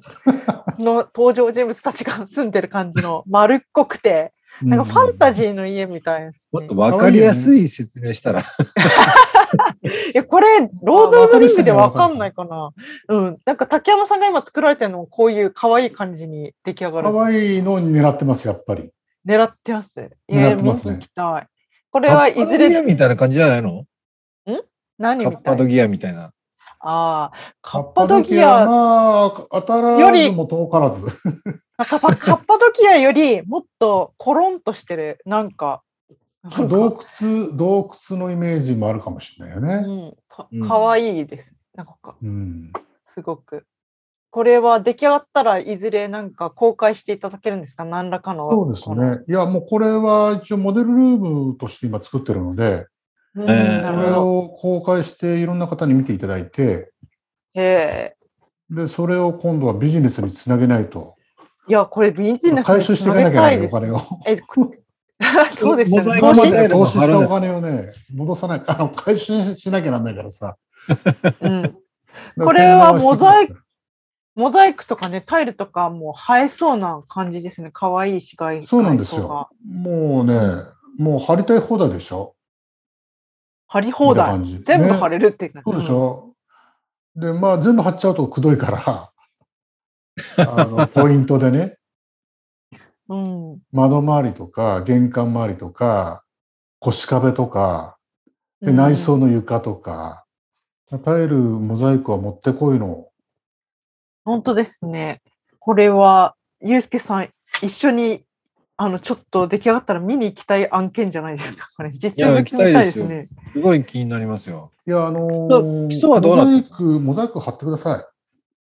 [SPEAKER 2] の登場人物たちが住んでる感じの丸っこくてなんかファンタジ
[SPEAKER 3] ー。
[SPEAKER 2] ーの家みたいな、
[SPEAKER 4] もっとわかりやすい説明したら、
[SPEAKER 2] いやこれ「ロード・オブ・ザ・リング」でわかんないかな、うん、なんか竹山さんが今作られてるのもこういう可愛い感じに出来上がる
[SPEAKER 3] 可愛いのに狙ってます、やっぱり。
[SPEAKER 2] 狙ってますいや
[SPEAKER 3] 狙ってますね
[SPEAKER 2] 見に行きたいこれ
[SPEAKER 4] カ
[SPEAKER 2] は
[SPEAKER 4] ッ
[SPEAKER 2] いず
[SPEAKER 4] パドギア
[SPEAKER 2] れ
[SPEAKER 4] みたいな感じじゃないの
[SPEAKER 2] 何
[SPEAKER 4] カ
[SPEAKER 2] み
[SPEAKER 4] ッ
[SPEAKER 2] た
[SPEAKER 4] パ
[SPEAKER 2] い
[SPEAKER 4] ドギアみたいな。
[SPEAKER 2] ああ、カッパドギア、
[SPEAKER 3] まあ、当たらずも遠からず。
[SPEAKER 2] あカッパカッパドギアよりもっとコロンとしてる、なんか、なんか
[SPEAKER 3] 洞窟、洞窟のイメージもあるかもしれないよ
[SPEAKER 2] う
[SPEAKER 3] ね。
[SPEAKER 2] ん、か
[SPEAKER 4] うん
[SPEAKER 2] かわいいです。なんか、
[SPEAKER 3] うん。
[SPEAKER 2] すごく。これは出来上がったらいずれなんか公開していただけるんですか何らかの。
[SPEAKER 3] そうですね。いや、もうこれは一応モデルルームとして今作ってるので、
[SPEAKER 2] うん。
[SPEAKER 4] ええ
[SPEAKER 2] な
[SPEAKER 3] こ
[SPEAKER 2] る
[SPEAKER 3] れ
[SPEAKER 2] ほど。
[SPEAKER 3] を公開していろんな方に見ていただいて、
[SPEAKER 2] へえ。
[SPEAKER 3] で、それを今度はビジネスにつなげないと。
[SPEAKER 2] いや、これビジネス
[SPEAKER 3] 回収していかなきゃならない
[SPEAKER 2] で
[SPEAKER 3] お
[SPEAKER 2] すね
[SPEAKER 3] 金を。
[SPEAKER 2] え、こ そうですよ
[SPEAKER 4] モザ
[SPEAKER 2] ね。
[SPEAKER 4] イ
[SPEAKER 3] 今
[SPEAKER 4] ク
[SPEAKER 3] ま
[SPEAKER 4] し
[SPEAKER 3] で
[SPEAKER 4] て
[SPEAKER 3] 投資したお金をね、戻さない、あの回収しなきゃなんないからさ。
[SPEAKER 2] うんこれはモザイ
[SPEAKER 3] ク。
[SPEAKER 2] モザイクとかね、タイルとかもう映えそうな感じですね。可愛い市街
[SPEAKER 3] そうなんです
[SPEAKER 2] 街灯が
[SPEAKER 3] よ。もうね、もう貼りたい放題でしょ。
[SPEAKER 2] 貼り放題。
[SPEAKER 3] 見た感じ
[SPEAKER 2] 全部貼れるっていう感
[SPEAKER 3] ねそうでしょ。で、まあ全部貼っちゃうとくど いから、あのポイントでね、
[SPEAKER 2] うん。
[SPEAKER 3] 窓周りとか、玄関周りとか、腰壁とか、で内装の床とか、タイル、モザイクは持ってこいの。
[SPEAKER 2] 本当ですね。これは、ゆうすけさん、一緒に、あの、ちょっと出来上がったら見に行きたい案件じゃないですか。 これ、実際に
[SPEAKER 4] いや行きたいですよ
[SPEAKER 2] ね。
[SPEAKER 4] すごい気になりますよ。
[SPEAKER 3] いや、あのー
[SPEAKER 4] 基礎基礎はどうなって
[SPEAKER 3] モザイ
[SPEAKER 4] る
[SPEAKER 3] ク、モザイク貼ってください。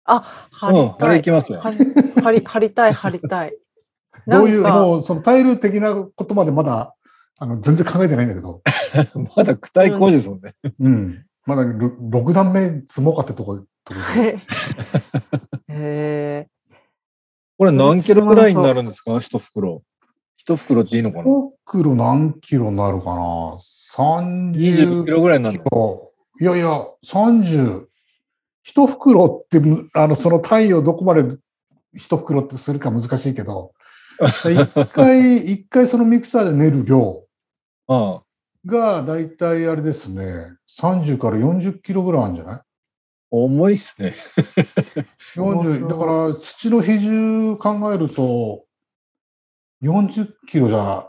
[SPEAKER 2] あ、貼
[SPEAKER 4] うん、
[SPEAKER 2] り
[SPEAKER 4] こ
[SPEAKER 2] た
[SPEAKER 4] れい
[SPEAKER 2] い
[SPEAKER 4] き。ますよ。
[SPEAKER 2] 貼り貼り貼りたい、貼りたい。
[SPEAKER 3] どういう、
[SPEAKER 2] なんか
[SPEAKER 3] もうそのタイル的なことまでまだあの全然考えてないんだけど、
[SPEAKER 4] まだ躯体工事ですもんね。
[SPEAKER 3] うん、まだ6段目積もうかってと こ、とこで
[SPEAKER 2] へえ。
[SPEAKER 4] これ何キロぐらいになるんですか一袋。一袋っていいのかな
[SPEAKER 3] 5キロ何キロになるかな
[SPEAKER 4] ?20
[SPEAKER 3] ?30
[SPEAKER 4] キロぐらいになるの
[SPEAKER 3] いやいや、30。一袋って、むあの、その単位をどこまで一袋ってするか難しいけど、一回、一回そのミキサーで練る量
[SPEAKER 4] ああ。
[SPEAKER 3] が、だいたいあれですね、30から40キロぐらいあるんじゃない
[SPEAKER 4] 重いっすね。
[SPEAKER 2] ごそう
[SPEAKER 3] 40だから土の比重考えると40キロじゃ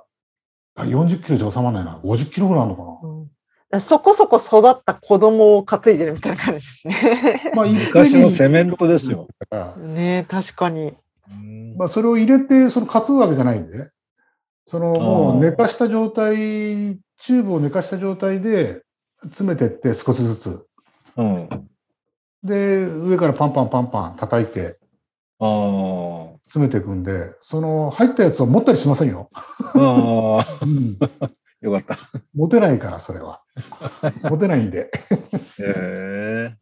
[SPEAKER 3] あ40キロじゃ収まらないな50キロぐらいあるのか
[SPEAKER 2] うんそこそこ育った子供を担いでるみたいな感じですね。
[SPEAKER 3] な、まあ、
[SPEAKER 4] 昔のセメントですよ。
[SPEAKER 3] 一回に
[SPEAKER 2] ねえ確かに。
[SPEAKER 4] うん
[SPEAKER 3] まあ、それを入れてその担うわけじゃないんでねそのもう寝かした状態チューブを寝かした状態で詰めてって少しずつ
[SPEAKER 4] うん。
[SPEAKER 3] で上からパンパンパンパン叩いて
[SPEAKER 4] ああ。
[SPEAKER 3] 詰めていくんでその入ったやつを持ったりしませんよ、
[SPEAKER 4] あ
[SPEAKER 3] う
[SPEAKER 4] あ。
[SPEAKER 3] ん、
[SPEAKER 4] よかった。
[SPEAKER 3] 持てないからそれは持てないんで。
[SPEAKER 4] へえ。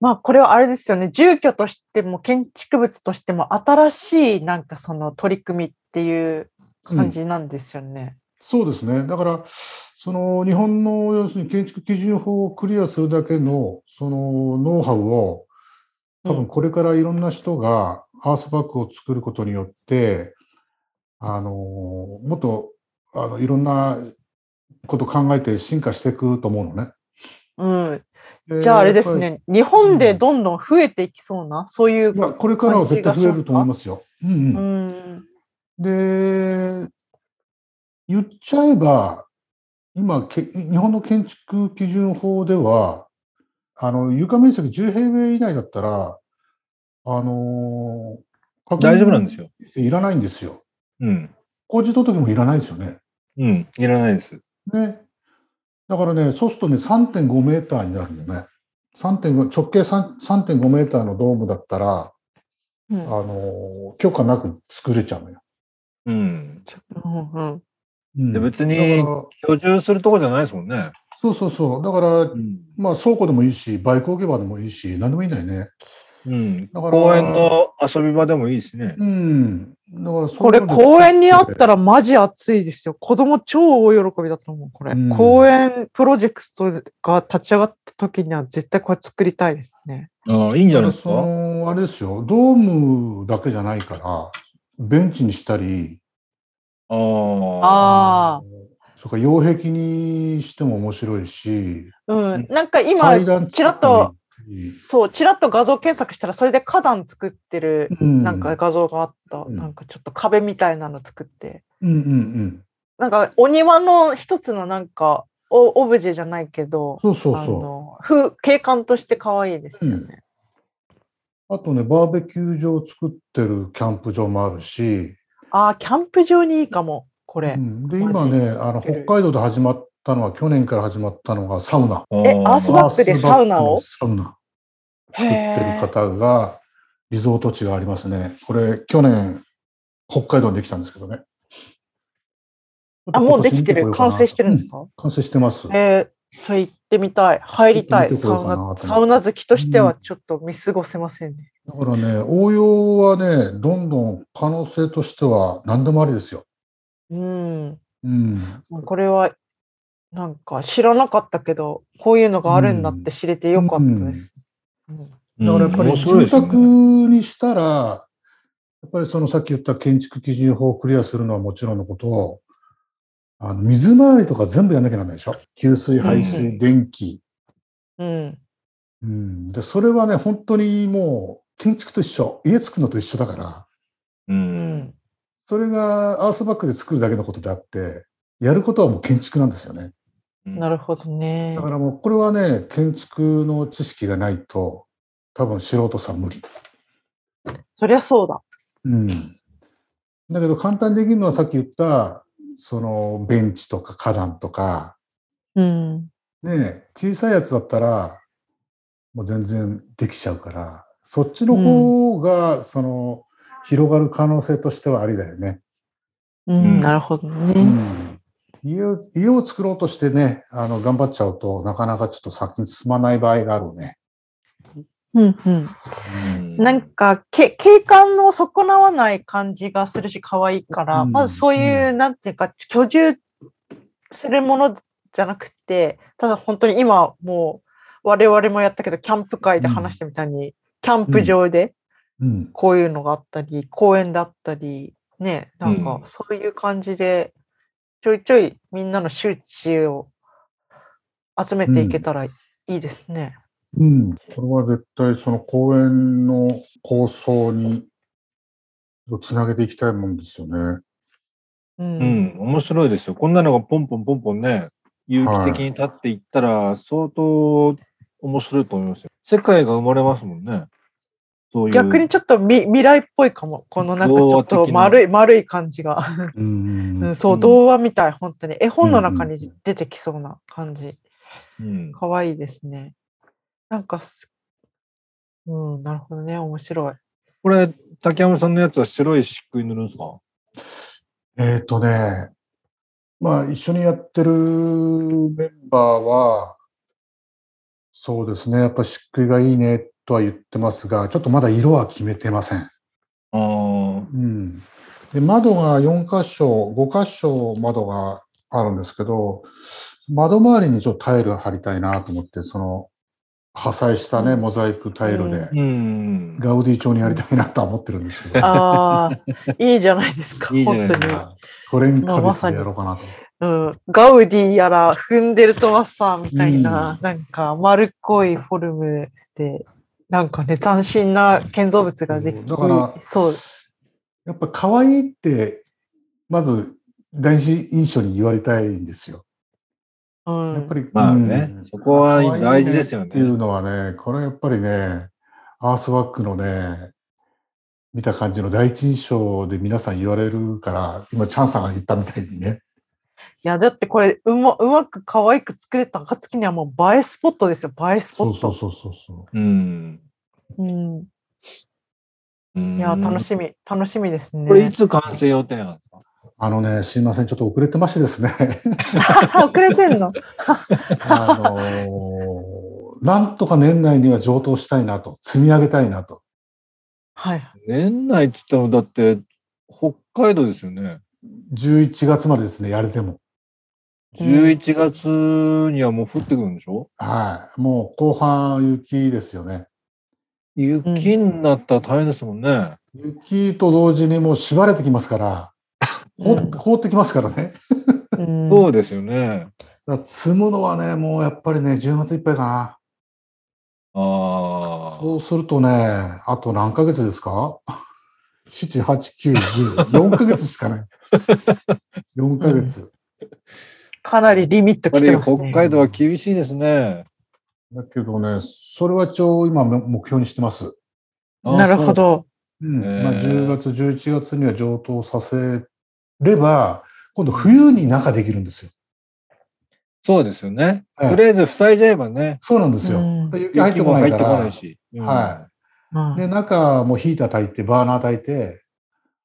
[SPEAKER 2] まあこれはあれですよね住居としても建築物としても新しいなんかその取り組みっていう感じなんですよね。
[SPEAKER 3] そうですね。だから、その日本の要するに建築基準法をクリアするだけのそのノウハウを多分これからいろんな人がアースバッグを作ることによって、あのもっとあのいろんなこと考えて進化していくと思うのね。
[SPEAKER 2] うん
[SPEAKER 3] で
[SPEAKER 2] じゃああれです。ね日本でどんどん増えていきそうなそういう
[SPEAKER 3] やっぱりいやこれからは絶対増えると思いますよ。うんうん
[SPEAKER 2] うん
[SPEAKER 3] で、言っちゃえば、今、け日本の建築基準法では、あの床面積10平米以内だったら、あのー
[SPEAKER 4] 大丈夫なんです
[SPEAKER 3] よ。
[SPEAKER 4] よ。
[SPEAKER 3] いらないんですよ。
[SPEAKER 4] うん。
[SPEAKER 3] 工事届もいらないですよね。
[SPEAKER 4] うん。いらないです。
[SPEAKER 3] ね。だからね、そうするとね、3.5メーターになるのね。3.5直径3 3.5メーターのドームだったら、
[SPEAKER 2] う
[SPEAKER 3] あ
[SPEAKER 2] ん
[SPEAKER 3] のー許可なく作れちゃうのよ。
[SPEAKER 4] うん。
[SPEAKER 2] うんうん
[SPEAKER 3] うん
[SPEAKER 4] で別
[SPEAKER 3] だから
[SPEAKER 4] に居住するとこじゃないですもんね。
[SPEAKER 3] そうそうそう。だから、
[SPEAKER 4] うん。
[SPEAKER 3] まあ倉庫でもいいし、バイク置き場でもいいし、何でもいいんだよね。だから
[SPEAKER 4] 公園の遊び場でもいいしね。
[SPEAKER 3] うん。だから
[SPEAKER 2] これ公園にあったらマジ暑いですよ。子供超大喜びだと思う、これ。
[SPEAKER 3] うん
[SPEAKER 2] 公園プロジェクトが立ち上がった時には絶対これ作りたいですね。
[SPEAKER 4] ああ、いいんじゃないです
[SPEAKER 3] そ
[SPEAKER 4] か。
[SPEAKER 3] のあれですよ、ドームだけじゃないから、ベンチにしたり、
[SPEAKER 4] ああ。
[SPEAKER 2] あ
[SPEAKER 3] それから擁壁にしても面白いし、
[SPEAKER 2] あ、うん。なんか今、
[SPEAKER 3] 階段
[SPEAKER 2] ちらっと、
[SPEAKER 3] うん
[SPEAKER 2] そう、ちらっと画像検索したら、それで花壇作ってる、
[SPEAKER 3] うん、
[SPEAKER 2] なんか画像があった、
[SPEAKER 3] うん
[SPEAKER 2] なんかちょっと壁みたいなの作って、
[SPEAKER 3] うんうんうん、
[SPEAKER 2] なんかお庭の一つのなんか、おオブジェじゃないけど、
[SPEAKER 3] そうそう
[SPEAKER 2] あ
[SPEAKER 3] そ
[SPEAKER 2] の風景観として可愛いですよね。
[SPEAKER 3] う。あとね、バーベキュー場を作ってるキャンプ場もあるし、
[SPEAKER 2] ああ、キャンプ場にいいかも、これ。
[SPEAKER 3] うんで、今ね、あの
[SPEAKER 2] 作ってる
[SPEAKER 3] 北海道で始まったのは、去年から始まったのがサウナ。
[SPEAKER 4] え
[SPEAKER 2] えアースバックでサウナを
[SPEAKER 3] アースバックのサウナ作ってる方が、リゾート地がありますね。これ、去年、北海道にできたんですけどね。
[SPEAKER 2] あ、もうできて
[SPEAKER 3] ちょ
[SPEAKER 2] る、
[SPEAKER 3] っと今
[SPEAKER 2] 完
[SPEAKER 3] 年
[SPEAKER 2] 成してるんです
[SPEAKER 3] 見てこ
[SPEAKER 2] か、
[SPEAKER 3] ようかなうん完成してます。
[SPEAKER 2] えー、それ行ってみたい、入りたい、
[SPEAKER 3] 見て
[SPEAKER 2] サ
[SPEAKER 3] こよう
[SPEAKER 2] ウ
[SPEAKER 3] かなと思
[SPEAKER 2] ナ、
[SPEAKER 3] って
[SPEAKER 2] サウナ好きとしてはちょっと見過ごせませんね。
[SPEAKER 3] だからね、応用はね、どんどん可能性としては何でもありですよ。
[SPEAKER 2] うん、
[SPEAKER 3] うん。
[SPEAKER 2] これは、なんか知らなかったけど、こういうのがあるんだって知れてよかったです。うん
[SPEAKER 3] だからやっぱり住宅にしたら、やっぱりそのさっき言った建築基準法をクリアするのはもちろんのこと、あの水回りとか全部やんなきゃならないでしょ。給水、排
[SPEAKER 2] う
[SPEAKER 3] 水、電気。
[SPEAKER 2] うん、
[SPEAKER 3] うん。で、それはね、本当にもう建築と一緒、家作るのと一緒だから、
[SPEAKER 4] う。
[SPEAKER 2] うんん、
[SPEAKER 3] それがアースバックで作るだけのことであって、やることはもう建築なんですよね。
[SPEAKER 2] なるほどね
[SPEAKER 3] だ。からもうこれはね、建築の知識がないと、多分素人さん無理。
[SPEAKER 2] そりゃそうだ。
[SPEAKER 3] うん。だけど簡単にできるのはさっき言った、そのベンチとか花壇とか、
[SPEAKER 2] うん、
[SPEAKER 3] ねえ、小さいやつだったら、もう全然できちゃうから、そっちの方が、その、広がる可能性としてはありだよね。
[SPEAKER 2] うん
[SPEAKER 4] うん
[SPEAKER 2] なるほど
[SPEAKER 3] う
[SPEAKER 2] ね。
[SPEAKER 3] ん。家を家を作ろうとしてね、あの、頑張っちゃうとなかなかちょっと先に進まない場合があるね。
[SPEAKER 2] うん、うん。
[SPEAKER 4] うん
[SPEAKER 2] なんかけ景観を損なわない感じがするし可愛いから、
[SPEAKER 3] うん
[SPEAKER 2] まずそういう、なんていうか居住するものじゃなくてただ本当に今もう我々もやったけどキャンプ会で話したみたいに、キャンプ場で
[SPEAKER 3] うん。
[SPEAKER 2] こういうのがあったり、公園だったりねなんか
[SPEAKER 4] うん
[SPEAKER 2] そういう感じでちょいちょいみんなの周知を集めていけたらいいですね。
[SPEAKER 3] うん、これは絶対その公園の構想につなげていきたいもんですよね。
[SPEAKER 2] うん
[SPEAKER 4] うん、面白いですよ。こんなのがポンポンポンポンね、有機的に立っていったら、相当面白いと思いますよ。世界が生まれますもんね。そういう。
[SPEAKER 2] 逆にちょっとみ未来っぽいかも。このなんかちょっ
[SPEAKER 4] 童話
[SPEAKER 2] と
[SPEAKER 4] 的な
[SPEAKER 2] 丸い、丸い感じが。
[SPEAKER 3] う
[SPEAKER 2] うんん、そう、童話みたい、本当に。絵本の中に出てきそうな感じ。
[SPEAKER 4] うん、
[SPEAKER 2] かわいいですね。なんかす、うん、なるほどね。面 白い。
[SPEAKER 4] これ、竹山さんのやつは白い漆喰塗るんですか
[SPEAKER 3] えっ、とね、まあ一緒にやってるメンバーは、そうですね、やっぱ漆喰がいいねとは言ってますが、ちょっとまだ色は決めてません。
[SPEAKER 4] ああ。
[SPEAKER 3] うん、で窓が4箇所、5箇所窓があるんですけど、窓周りにちょっとタイル貼りたいなと思って、その破砕したね、
[SPEAKER 2] うん
[SPEAKER 3] モザイクタイルで
[SPEAKER 4] う、ん。
[SPEAKER 3] ガウディ調にやりたいなとは思ってるんですけど、
[SPEAKER 2] ああ、いいじゃないですか。
[SPEAKER 4] いいじゃな
[SPEAKER 2] 本
[SPEAKER 4] いで
[SPEAKER 2] 当
[SPEAKER 4] すか
[SPEAKER 2] に。
[SPEAKER 3] トレン
[SPEAKER 2] まあ
[SPEAKER 3] カデ
[SPEAKER 2] ま
[SPEAKER 3] ィス
[SPEAKER 2] さに
[SPEAKER 3] でやろうかなと思って。
[SPEAKER 2] うん、ガウディやら、踏んでるとはさ、みたいな、なんか丸っこいフォルムで、なんかね、斬新な建造物ができ
[SPEAKER 3] だから
[SPEAKER 2] そう。
[SPEAKER 3] やっぱ可愛いって、まず第一印象に言われたいんですよ。
[SPEAKER 2] うん、
[SPEAKER 3] やっぱり、
[SPEAKER 4] まあね
[SPEAKER 3] うん
[SPEAKER 4] そこは
[SPEAKER 3] 可愛いね
[SPEAKER 4] 大事ですよね
[SPEAKER 3] っていうのはね、これはやっぱりね、アースワックのね、見た感じの第一印象で皆さん言われるから、今、チャンさんが言ったみたいにね、
[SPEAKER 2] や、だってこれうま、うまく可愛く作れた暁にはもう映えスポットですよ、映えスポッ
[SPEAKER 3] そ
[SPEAKER 2] ト。
[SPEAKER 3] うそうそうそうそ
[SPEAKER 4] うん。
[SPEAKER 2] うん、
[SPEAKER 4] い
[SPEAKER 2] いや、楽しみ、楽しみですね。
[SPEAKER 4] これいつ完成予定なんですか
[SPEAKER 3] う。あのね、すいません、ちょっと遅れてましてですね。
[SPEAKER 2] 遅れてんの。
[SPEAKER 3] あのーなんとか年内には上等したいなと、積み上げたいなと。
[SPEAKER 2] はい。
[SPEAKER 4] 年内っつってもだって北海道ですよね。
[SPEAKER 3] 11月までですね、やれても。
[SPEAKER 2] うん
[SPEAKER 4] 11月にはもう降ってくるんでしょ、
[SPEAKER 3] はい。もう後半雪ですよね。
[SPEAKER 4] 雪になったら大変ですもんね。
[SPEAKER 3] 雪と同時にもう縛れてきますから、
[SPEAKER 2] う
[SPEAKER 3] 凍
[SPEAKER 2] ん
[SPEAKER 3] って凍ってきますからね。
[SPEAKER 2] うん
[SPEAKER 4] そうですよね。
[SPEAKER 3] だから積むのはね、もうやっぱりね、10月いっぱいかな。
[SPEAKER 4] あ
[SPEAKER 3] そうするとね、あと何ヶ月ですか ?7、8、9、10。4ヶ月しかない。4ヶ月。
[SPEAKER 2] かなりリミット
[SPEAKER 4] あ。
[SPEAKER 2] 来
[SPEAKER 4] やっぱ
[SPEAKER 2] て
[SPEAKER 4] り
[SPEAKER 2] ます
[SPEAKER 4] 北
[SPEAKER 2] ね。
[SPEAKER 4] 海道は厳しいですね。
[SPEAKER 3] だけどね、それは一応今目目標にしてます。
[SPEAKER 4] あー
[SPEAKER 2] なるほ。
[SPEAKER 4] そう
[SPEAKER 2] ど。
[SPEAKER 3] うん
[SPEAKER 4] へー
[SPEAKER 3] まあ、10月、11月には上等させれば、今度冬に中できるんですよ。
[SPEAKER 4] そうですよね。
[SPEAKER 3] ええ
[SPEAKER 4] とりあえず塞いじゃえばね。
[SPEAKER 3] そうなんですよ。
[SPEAKER 2] うん
[SPEAKER 3] 雪入ってこないか
[SPEAKER 4] 雪も入ってこな
[SPEAKER 3] ら
[SPEAKER 4] い。し。
[SPEAKER 3] は
[SPEAKER 2] うん
[SPEAKER 3] で、中もヒーター焚いて、バーナー焚いて、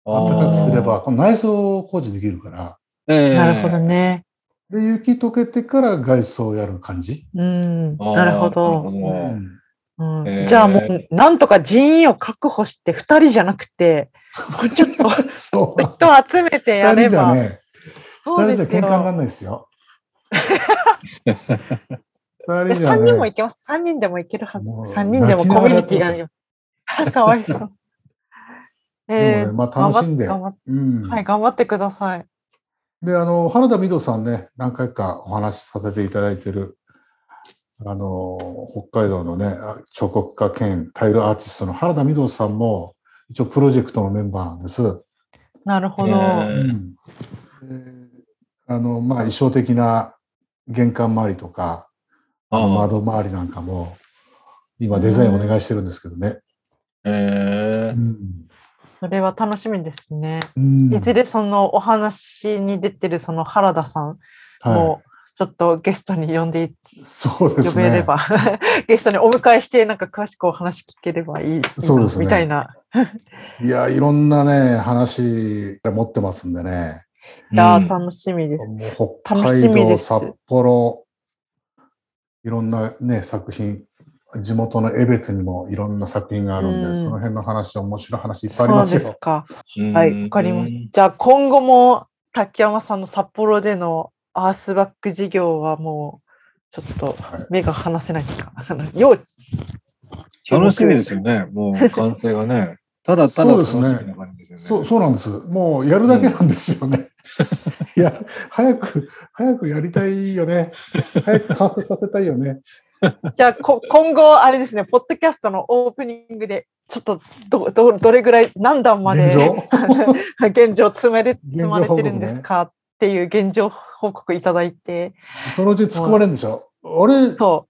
[SPEAKER 4] い
[SPEAKER 3] 暖かくすれ。ば、この内装工事できるから。
[SPEAKER 4] ええ
[SPEAKER 2] なるほど。ね。
[SPEAKER 3] で、雪溶けてから外装をやる感じ。
[SPEAKER 2] うん。
[SPEAKER 4] あー
[SPEAKER 2] なるほ
[SPEAKER 4] な
[SPEAKER 2] ど。
[SPEAKER 3] う
[SPEAKER 4] るほど
[SPEAKER 3] ん
[SPEAKER 2] うん
[SPEAKER 4] えー
[SPEAKER 2] じゃあもう、なんとか人員を確保して、二人じゃなくて、もうちょっと
[SPEAKER 3] そう。
[SPEAKER 2] 人を集めてや
[SPEAKER 3] 二人
[SPEAKER 2] れ
[SPEAKER 3] じゃ
[SPEAKER 2] ば。
[SPEAKER 3] ね、
[SPEAKER 2] そう
[SPEAKER 3] 二
[SPEAKER 2] で
[SPEAKER 3] 人じゃ
[SPEAKER 2] す
[SPEAKER 3] 喧嘩になら
[SPEAKER 2] よ。
[SPEAKER 3] ないで すよ。
[SPEAKER 2] い
[SPEAKER 3] 二人
[SPEAKER 2] や
[SPEAKER 3] じゃ
[SPEAKER 2] 三人も
[SPEAKER 3] ね
[SPEAKER 2] い、けます。三人でもいけるはず
[SPEAKER 3] も。う
[SPEAKER 2] 三人でもコミュニティがあるよ。 かわい そう。えー
[SPEAKER 3] でもね、まあ楽しんで。
[SPEAKER 2] 頑張っ
[SPEAKER 3] うん。
[SPEAKER 2] はい、頑張ってください。
[SPEAKER 3] で、あの、原田美堂さんね、何回かお話しさせていただいてる、あの、北海道のね、あ彫刻家兼タイルアーティストの原田美堂さんも、一応プロジェクトのメンバーなんです。
[SPEAKER 2] なるほ
[SPEAKER 4] え
[SPEAKER 2] ど。
[SPEAKER 4] ー
[SPEAKER 3] うんであの、まあ、衣装的な玄関周りとか、あの
[SPEAKER 4] ああ
[SPEAKER 3] 窓周りなんかも、今デザインお願いしてるんですけどね。
[SPEAKER 4] ええ
[SPEAKER 3] うん
[SPEAKER 2] それは楽しみですね。
[SPEAKER 3] うん
[SPEAKER 2] いずれそのお話に出てるその原田さん
[SPEAKER 3] は
[SPEAKER 2] もちょっとゲストに呼んで
[SPEAKER 3] い、そうで
[SPEAKER 2] 呼
[SPEAKER 3] す
[SPEAKER 2] べれ
[SPEAKER 3] ね。
[SPEAKER 2] ば、 ゲストにお迎えしてなんか詳しくお話聞ければいいいいな
[SPEAKER 3] そうですね
[SPEAKER 2] みたいない
[SPEAKER 3] や、いろんなね、話持ってますんでね。
[SPEAKER 2] いや
[SPEAKER 4] うん
[SPEAKER 2] ー楽しみです。
[SPEAKER 3] もう北海
[SPEAKER 2] 楽しみ
[SPEAKER 3] 道、
[SPEAKER 2] です
[SPEAKER 3] 札幌、いろんなね、作品、地元の江別にもいろんな作品があるんで、
[SPEAKER 2] うん
[SPEAKER 3] その辺の話、面白い話いっぱいあり
[SPEAKER 2] そ
[SPEAKER 3] ま
[SPEAKER 2] う
[SPEAKER 3] す
[SPEAKER 2] です
[SPEAKER 3] よ。
[SPEAKER 2] か。
[SPEAKER 4] うん
[SPEAKER 2] はい、わかりました。じゃあ今後も滝山さんの札幌でのアースバック事業はもうちょっと
[SPEAKER 3] はい
[SPEAKER 2] 目が離せないですか。要
[SPEAKER 4] 楽しみです
[SPEAKER 2] よ
[SPEAKER 4] よね。もう完成が ね。ただただ楽しみな感じです
[SPEAKER 3] そ
[SPEAKER 4] よ
[SPEAKER 3] う
[SPEAKER 4] ね。
[SPEAKER 3] そうなんです。もうやるだけなんですよね。いや、早く、早くやりたいよね。早く完成させたいよね。
[SPEAKER 2] じゃあこ今後あれですね、ポッドキャストのオープニングでちょっとどどどれぐらい何段まで
[SPEAKER 3] 現状
[SPEAKER 2] 現状積めれ
[SPEAKER 3] 現
[SPEAKER 2] 積
[SPEAKER 3] 状報
[SPEAKER 2] ま
[SPEAKER 3] 告ね
[SPEAKER 2] れてるんですかっていう現状報告いただいて、
[SPEAKER 3] そのうち突っ込まれるんでしょ。あれ、
[SPEAKER 2] そ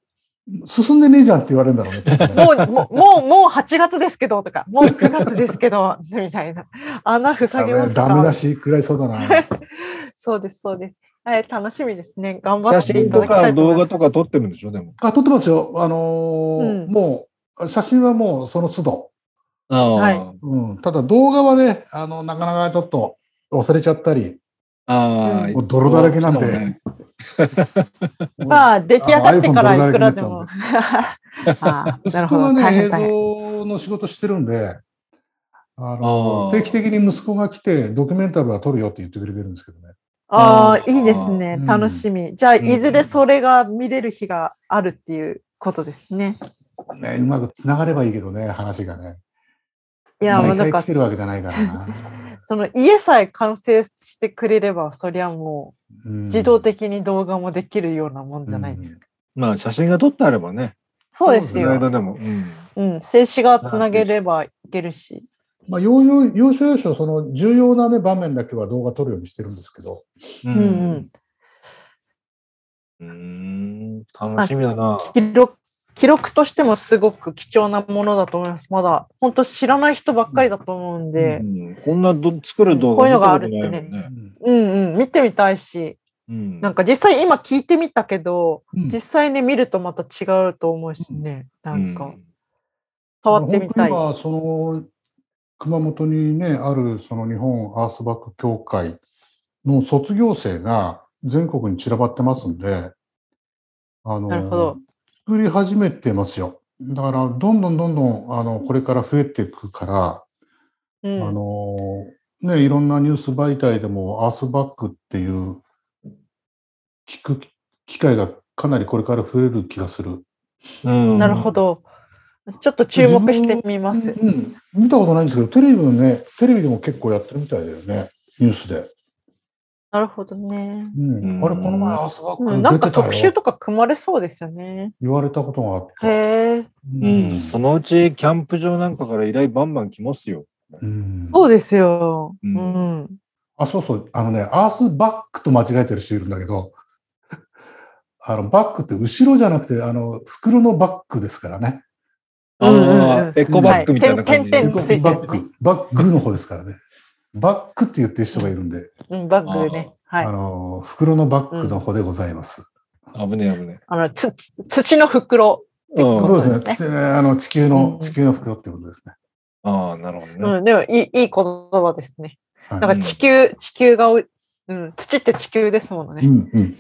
[SPEAKER 3] 進んでねえじゃんって言われるんだろうね。きっと
[SPEAKER 2] うもうも
[SPEAKER 3] ね
[SPEAKER 2] うもうもう8月ですけどとか、もう9月ですけどみたいな穴塞げま
[SPEAKER 3] ダメ
[SPEAKER 2] す
[SPEAKER 3] ダメだ
[SPEAKER 2] か。
[SPEAKER 3] し、食らいそうだな。
[SPEAKER 2] そうですそうです。はい楽しみですね。頑張っ
[SPEAKER 4] 写
[SPEAKER 2] てい
[SPEAKER 4] 真
[SPEAKER 2] た
[SPEAKER 4] と
[SPEAKER 2] だきた
[SPEAKER 4] か
[SPEAKER 2] いと思
[SPEAKER 4] 動
[SPEAKER 2] いま
[SPEAKER 4] 画
[SPEAKER 2] す。
[SPEAKER 4] とか撮ってるんでしょ、でも。
[SPEAKER 3] あ、撮ってますよ。あの
[SPEAKER 2] う
[SPEAKER 3] ー
[SPEAKER 2] ん
[SPEAKER 3] もう、写真はもうその都度。
[SPEAKER 4] ああ
[SPEAKER 2] はい
[SPEAKER 3] うん、ただ動画はね、あの、なかなかちょっと忘れちゃったり、
[SPEAKER 4] ああ
[SPEAKER 3] もう泥だらけなんで
[SPEAKER 4] そうね
[SPEAKER 2] まあ出来上がってか
[SPEAKER 3] あの
[SPEAKER 2] ら
[SPEAKER 3] iPhone
[SPEAKER 2] いくらでも。 あー
[SPEAKER 3] 息
[SPEAKER 2] なる
[SPEAKER 3] 子
[SPEAKER 2] ほ
[SPEAKER 3] が
[SPEAKER 2] ど。大
[SPEAKER 3] ね、映
[SPEAKER 2] 変大変。
[SPEAKER 3] 像の仕事してるんで、あ
[SPEAKER 4] あ
[SPEAKER 3] の
[SPEAKER 4] ー
[SPEAKER 3] 定期的に息子が来て、ドキュメンタルは撮るよって言ってくれてるんですけどね。
[SPEAKER 2] あ
[SPEAKER 4] あ
[SPEAKER 2] あ、
[SPEAKER 4] ー
[SPEAKER 2] いいですね
[SPEAKER 3] う。ん
[SPEAKER 2] 楽しみ。じゃあ、
[SPEAKER 4] うん
[SPEAKER 2] いずれそれが見れる日があるっていうことですね。
[SPEAKER 3] ねうまくつながればいいけどね、話がね。
[SPEAKER 2] いや、もうな
[SPEAKER 3] 毎
[SPEAKER 2] ん
[SPEAKER 3] 回
[SPEAKER 2] か
[SPEAKER 3] 来、てるわけじゃないか らな。
[SPEAKER 2] その家さえ完成してくれれば、そりゃも
[SPEAKER 3] うん
[SPEAKER 2] う自動的に動画もできるようなもんじゃない。
[SPEAKER 3] うん
[SPEAKER 4] まあ写真が撮ってあればね。
[SPEAKER 2] そうです
[SPEAKER 4] いろい
[SPEAKER 2] よ。
[SPEAKER 4] ろでも。うん
[SPEAKER 2] うん、静止画つなげればいけるし。
[SPEAKER 3] まあ、要所要所要所、その重要な、ね、場面だけは動画撮るようにしてるんですけど、
[SPEAKER 4] う
[SPEAKER 2] うんうん。
[SPEAKER 4] うん。楽しみだな。
[SPEAKER 2] 記録記録としてもすごく貴重なものだと思います。まだ、本当知らない人ばっかりだと思うん
[SPEAKER 3] う
[SPEAKER 2] で
[SPEAKER 4] う、んこんなど作る動
[SPEAKER 2] こう
[SPEAKER 4] 画
[SPEAKER 2] いうのがある
[SPEAKER 4] 見たことないもん
[SPEAKER 3] うん
[SPEAKER 2] うんうん、見てみたいし、
[SPEAKER 4] うん
[SPEAKER 2] なんか実際今聞いてみたけど、
[SPEAKER 3] うん
[SPEAKER 2] 実際ね見るとまた違うと思うしね、なん
[SPEAKER 4] う
[SPEAKER 2] か触ってみたい。
[SPEAKER 3] 本当に今その熊本にねあるその日本アースバック協会の卒業生が全国に散らばってますんで、あの
[SPEAKER 2] なるほど
[SPEAKER 3] 作り始めてますよ。だからどんどんどんどんあのこれから増えていくから、
[SPEAKER 2] うん
[SPEAKER 3] あのねいろんなニュース媒体でもアースバックっていう聞く機会がかなりこれから増える気がする。
[SPEAKER 4] うん
[SPEAKER 2] なるほど。ちょっと注目してみます。
[SPEAKER 3] うん、見たことないんですけど、テレビもね、テレビでも結構やってるみたいだよね、ニュースで。
[SPEAKER 2] なるほどね。
[SPEAKER 3] うん
[SPEAKER 4] うん
[SPEAKER 3] あれ、この前、アースバ
[SPEAKER 2] う
[SPEAKER 3] ッ
[SPEAKER 2] ん、な
[SPEAKER 3] ク
[SPEAKER 2] ん
[SPEAKER 3] 出
[SPEAKER 2] か
[SPEAKER 3] てた
[SPEAKER 2] 特集
[SPEAKER 3] よ、
[SPEAKER 2] とか組まれそうですよね。
[SPEAKER 3] 言われたことがあった。
[SPEAKER 2] へえ、
[SPEAKER 4] う、
[SPEAKER 3] うんん
[SPEAKER 4] そのうちキャンプ場なんかから依頼バンバン来ますよ。
[SPEAKER 3] うん
[SPEAKER 2] そうですよ。う。
[SPEAKER 4] うん
[SPEAKER 3] あ、そうそう、あのね、アースバックと間違えてる人いるんだけど、 あのバックって後ろじゃなくて、あの袋のバッグですからね。
[SPEAKER 2] うんうんうん
[SPEAKER 4] あーエコバッグみたいな感じ
[SPEAKER 2] はい点
[SPEAKER 4] で。
[SPEAKER 2] 々ついてる
[SPEAKER 3] バッグ、バッグの方ですからね。バックって言ってる人がいるんで、
[SPEAKER 2] うん、バッグね。はい
[SPEAKER 3] あ。の袋のバッグの方でございます。
[SPEAKER 4] 危ねえ危ね
[SPEAKER 2] あの、つ、土の袋。
[SPEAKER 4] え。うん
[SPEAKER 3] そうです
[SPEAKER 2] そう
[SPEAKER 3] ね
[SPEAKER 2] です
[SPEAKER 3] つえー。あの地球
[SPEAKER 2] う
[SPEAKER 3] の
[SPEAKER 2] ん、
[SPEAKER 3] 地球の袋ってことですね。
[SPEAKER 4] ああ、なるほどね。
[SPEAKER 2] うん、でも、いい、いい言葉ですね。
[SPEAKER 3] はい
[SPEAKER 2] なんか地球、地球がお、うん、土って地球ですもの
[SPEAKER 3] う
[SPEAKER 2] ね。
[SPEAKER 3] んうん うん。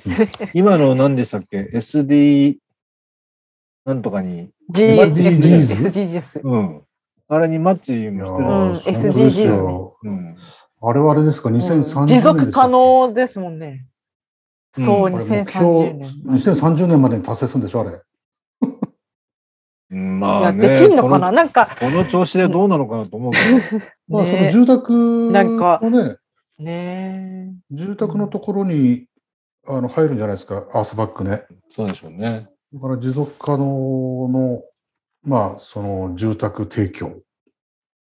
[SPEAKER 4] 今の何でしたっけ ?SD なんとかに、
[SPEAKER 2] G.
[SPEAKER 3] SDGs
[SPEAKER 2] S. D. G. S.
[SPEAKER 4] うん。あれにマッチ
[SPEAKER 3] いや
[SPEAKER 4] も
[SPEAKER 3] ー
[SPEAKER 2] うん
[SPEAKER 3] そういうことです
[SPEAKER 2] SDGs
[SPEAKER 3] よ。
[SPEAKER 4] してる。うん。
[SPEAKER 3] あれはあれですか、2030年
[SPEAKER 2] 持
[SPEAKER 3] でしたっけ
[SPEAKER 2] 続可。能ですもんね。
[SPEAKER 4] うん
[SPEAKER 2] そう、
[SPEAKER 3] これ目標
[SPEAKER 2] 2030年。
[SPEAKER 3] 2030年までに達成するんでしょ、あれ。
[SPEAKER 4] うん
[SPEAKER 2] い
[SPEAKER 4] まあ
[SPEAKER 2] や、
[SPEAKER 4] ね。
[SPEAKER 2] できんのかななんか、
[SPEAKER 4] このこの調子でどうなのかなと思うけ ど。
[SPEAKER 3] まあ、その
[SPEAKER 2] ね
[SPEAKER 3] 住宅の
[SPEAKER 2] なんか
[SPEAKER 3] ね、
[SPEAKER 2] え。ね
[SPEAKER 3] 住宅のところにあの入るんじゃないですか、アースバックね。
[SPEAKER 4] そうでしょうね。
[SPEAKER 3] だから持続可能の、まあ、その住宅提供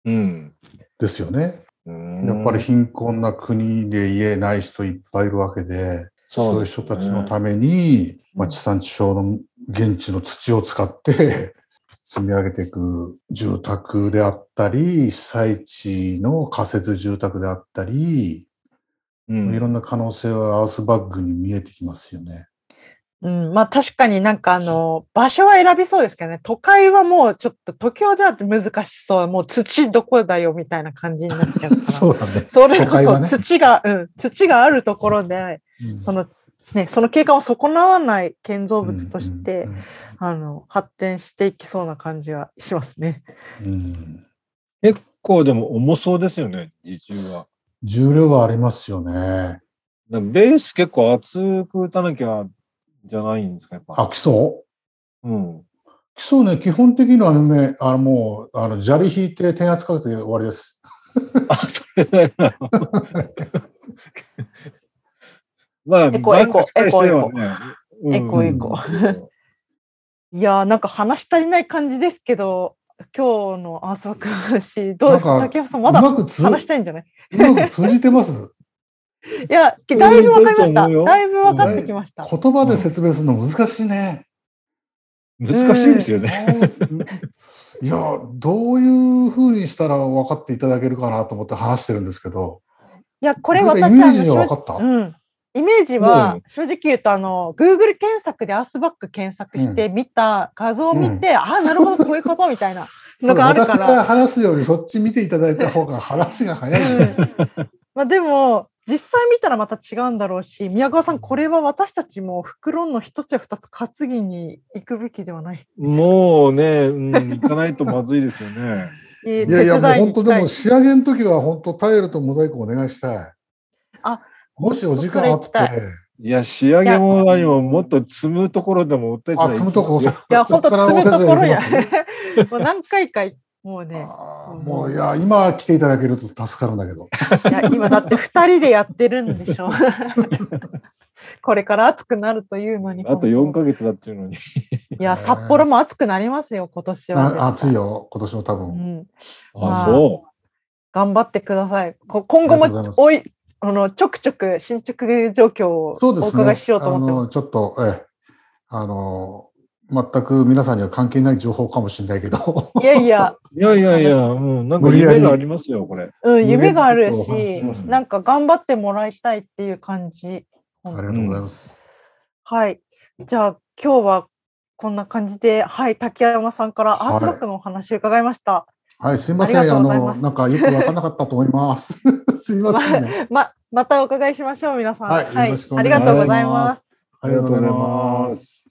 [SPEAKER 4] うん。
[SPEAKER 3] ですよね。
[SPEAKER 4] うん
[SPEAKER 3] やっぱり貧困な国で家ない人いっぱいいるわけで、そういう人たちのために、まあ、地産地消の現地の土を使って積み上げていく住宅であったり、被災地の仮設住宅であったり、
[SPEAKER 4] うん
[SPEAKER 3] いろんな可能性はアースバッグに見えてきますよね。
[SPEAKER 2] え。うん、まあ確かになんかあの、場所は選びそうですけどね、都会はもうちょっと、東京では難しそう、もう土どこだよみたいな感じになっちゃうから。
[SPEAKER 3] そうだね。
[SPEAKER 2] それ
[SPEAKER 3] 都
[SPEAKER 2] こ
[SPEAKER 3] 会
[SPEAKER 2] そ
[SPEAKER 3] はね
[SPEAKER 2] 土が、うん、土があるところで、その、ね、その景観を損なわない建造物として、
[SPEAKER 3] うん
[SPEAKER 2] あの、発展していきそうな感じはしますね。
[SPEAKER 3] うんうん
[SPEAKER 4] 結構でも重そうですよね、自重は。
[SPEAKER 3] 重量はありますよね。
[SPEAKER 4] だからベース結構厚く打たなきゃじゃないんですか、やっぱ。
[SPEAKER 3] あ、基礎
[SPEAKER 4] うん。
[SPEAKER 3] 基礎ね、基本的にはね、あのもう、あの砂利引いて、電圧かけて終わりです。
[SPEAKER 4] あ、それだよな。 まあ、
[SPEAKER 2] エコエコ
[SPEAKER 4] バンク返してはねうん
[SPEAKER 2] エコエコいやー、なんか話し足りない感じですけど、今日のアースバックの話、どうですか
[SPEAKER 3] なんか
[SPEAKER 2] 竹山さん、
[SPEAKER 3] う
[SPEAKER 2] まだ
[SPEAKER 3] まくつう
[SPEAKER 2] 話したいんじゃないう
[SPEAKER 3] まく通じてます。
[SPEAKER 2] いや、だいぶわかりました。
[SPEAKER 4] いいと思うよ
[SPEAKER 2] だいぶわかってきました。
[SPEAKER 3] 言葉で説明するの難しいね。
[SPEAKER 4] 難しいですよね。
[SPEAKER 3] いや、どういうふうにしたら分かっていただけるかなと思って話してるんですけど、
[SPEAKER 2] いや、これ
[SPEAKER 3] なんか
[SPEAKER 2] 私、
[SPEAKER 3] イメージ
[SPEAKER 2] あ
[SPEAKER 3] が
[SPEAKER 2] の
[SPEAKER 3] 分かった。
[SPEAKER 2] うん、イメージは正直言うとあの Google 検索でアースバック検索して見た、画像を見て、ああなるほどこういうことみたいな
[SPEAKER 3] そ
[SPEAKER 2] の
[SPEAKER 3] う
[SPEAKER 2] がある
[SPEAKER 3] 私
[SPEAKER 2] か
[SPEAKER 3] から
[SPEAKER 2] ら、
[SPEAKER 3] 話すよりそっち見ていただいた方が話が早い、
[SPEAKER 2] うんまあ、でも実際見たらまた違うんだろうし宮川さんこれは私たちも袋の一つや二つ担ぎに行くべきではない。
[SPEAKER 4] もうね、うん、行かないとまずいですよね。
[SPEAKER 2] えー
[SPEAKER 3] いやいや、
[SPEAKER 2] 手
[SPEAKER 3] もう
[SPEAKER 2] 伝に行
[SPEAKER 3] 本当
[SPEAKER 2] きた
[SPEAKER 3] で
[SPEAKER 2] い
[SPEAKER 3] も仕上げの時は本当タイルとモザイクお願いしたい。
[SPEAKER 2] あ
[SPEAKER 3] もしお時間あって
[SPEAKER 2] それ、行き
[SPEAKER 4] いや、仕上げも何ももっと積むところでもお手伝い
[SPEAKER 3] あ、積むとこ、
[SPEAKER 4] いや
[SPEAKER 2] いや本当詰めところや
[SPEAKER 3] そっからお手伝いでき
[SPEAKER 2] もう何回かも うね
[SPEAKER 3] ますもういや、今来ていただけると助かるんだけど。
[SPEAKER 2] いや今だって2人でやってるんでしょ これから暑くなるというのに
[SPEAKER 4] あと4ヶ月だっていうのに。
[SPEAKER 2] いや札幌も暑くなりますよ今年は絶
[SPEAKER 3] な
[SPEAKER 2] 対
[SPEAKER 3] 暑いよ、今年も多
[SPEAKER 2] う
[SPEAKER 3] 分。
[SPEAKER 2] ん、 まあ
[SPEAKER 4] あ、そ
[SPEAKER 2] 頑張ってくださいこ今後
[SPEAKER 3] ありがとうござい
[SPEAKER 2] も
[SPEAKER 3] ます
[SPEAKER 2] おいあのちょくちょく進捗状況を
[SPEAKER 3] そうで
[SPEAKER 2] お
[SPEAKER 3] すね。
[SPEAKER 2] 伺いしようと思ってます
[SPEAKER 3] あのちょっと、ええ、あの、全く皆さんには関係ない情報かもしれないけど。
[SPEAKER 2] いやい や、
[SPEAKER 4] う。いやいやいや、うん、なんか
[SPEAKER 3] 無理やり
[SPEAKER 4] 夢がありますよ、これ。
[SPEAKER 2] うん、
[SPEAKER 3] 無限
[SPEAKER 2] 夢がある
[SPEAKER 3] ちょっとお話し
[SPEAKER 2] し
[SPEAKER 3] しますね
[SPEAKER 2] なんか頑張ってもらいたいっていう感じ
[SPEAKER 3] ありがとうございます。
[SPEAKER 2] はい。じゃあ今日はこんな感じで、はい、竹山さんからアースバックのお話を伺いました。
[SPEAKER 3] はい、すいません。
[SPEAKER 2] ありが
[SPEAKER 3] あ
[SPEAKER 2] とうございま
[SPEAKER 3] の、
[SPEAKER 2] す
[SPEAKER 3] なんかよくわからなかったと思 います。すいませんね。
[SPEAKER 2] ままたお伺いしましょう、皆さん。
[SPEAKER 3] はい、よろしくお
[SPEAKER 2] あり
[SPEAKER 3] 願いしま
[SPEAKER 2] が
[SPEAKER 3] す。
[SPEAKER 2] とうございます。。
[SPEAKER 3] ありがとうございます。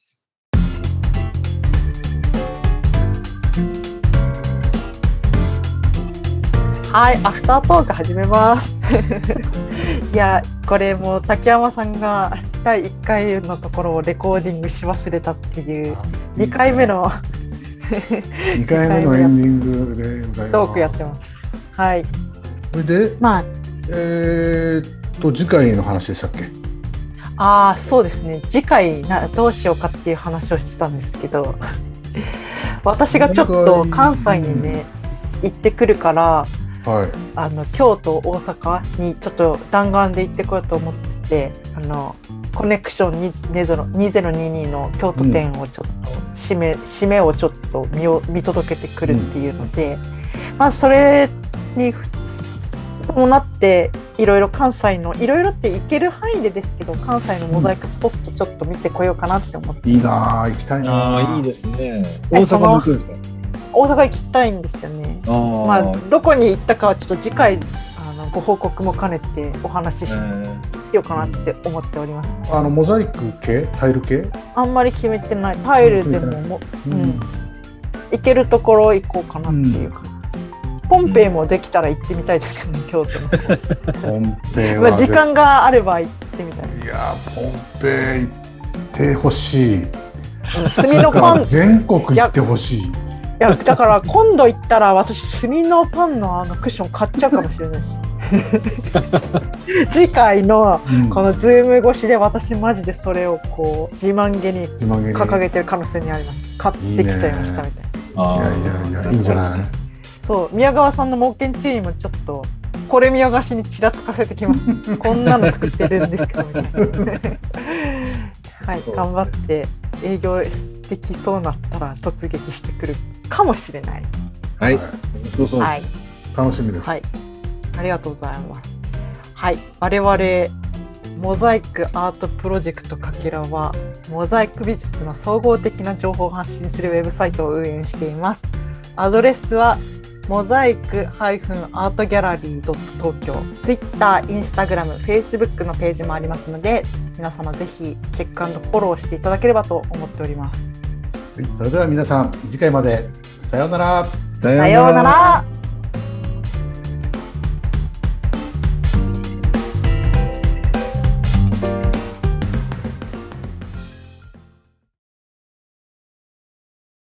[SPEAKER 2] はい、アフタートーク始めます。 いや、これもう竹山さんが第1回のところをレコーディングし忘れたっていう2回目の
[SPEAKER 3] 二回目のエンディングでございます。
[SPEAKER 2] トークやってます。はい、
[SPEAKER 3] それで、
[SPEAKER 2] まあ
[SPEAKER 3] えーっと次回の話でしたっけ？
[SPEAKER 2] ああそうですね次回などうしようかっていう話をしてたんですけ ど私がちょっと関西にね行ってくるから
[SPEAKER 3] はい。
[SPEAKER 2] あの京都大阪にちょっと弾丸で行ってこようと思っててあのコネクション20 2022の京都店をちょっと締め,、締めをちょっと見よ見届けてくるっていうので、まあそれに伴っていろいろ関西のいろいろって行ける範囲でですけど関西のモザイクスポットちょっと見てこようかなって思って、
[SPEAKER 3] いいなあ、行きたいなあ。
[SPEAKER 4] ああ、いいですね。
[SPEAKER 2] え
[SPEAKER 4] 大阪も行くんですか。
[SPEAKER 2] 大阪行きたいんですよね。
[SPEAKER 4] あー
[SPEAKER 2] まあ、どこに行ったかはちょっと次回あのご報告も兼ねてお話しし
[SPEAKER 4] えー
[SPEAKER 2] しようかなって思っております。
[SPEAKER 3] あのモザイク系、タイル系？
[SPEAKER 2] あんまり決めてない。タイルでもも、うん行けるところ行こうかなっていう感じです。ポンペイもできたら行ってみたいですけどね、京都の。
[SPEAKER 3] 本編
[SPEAKER 2] まあ
[SPEAKER 3] は
[SPEAKER 2] 時間があれば行ってみたい。
[SPEAKER 3] いやーポンペイ行ってほしい。
[SPEAKER 2] 炭のパン、い
[SPEAKER 3] 全国行ってほしい。
[SPEAKER 2] や、だから今度行ったら私、炭のパンのあのクッション買っちゃうかもしれないです。次回の
[SPEAKER 3] うん
[SPEAKER 2] このズーム越しで私マジでそれをこう自慢げに
[SPEAKER 3] 自慢げに。
[SPEAKER 2] 掲げてる可能性にあります。買ってきちゃいましたみたいな。
[SPEAKER 3] いやいやいやいいんじゃない？
[SPEAKER 2] そう宮川さんの猛犬注意もちょっとこれ見よがしにちらつかせてきます こんなの作ってるんですけどみたいな はい頑張って営業できそうなったら突撃してくるかもしれない
[SPEAKER 4] はい。そうそう。
[SPEAKER 2] はい、
[SPEAKER 3] 楽しみです。
[SPEAKER 2] はい、ありがとうございますはい我々モザイクアートプロジェクトかけらはモザイク美術の総合的な情報を発信するウェブサイトを運営していますアドレスはモザイク -artgallery.tokyo Twitter、Instagram、Facebook のページもありますので皆様ぜひチェックフォローしていただければと思っております
[SPEAKER 3] それでは皆さん次回までさようなら。
[SPEAKER 4] さ
[SPEAKER 2] さような。ら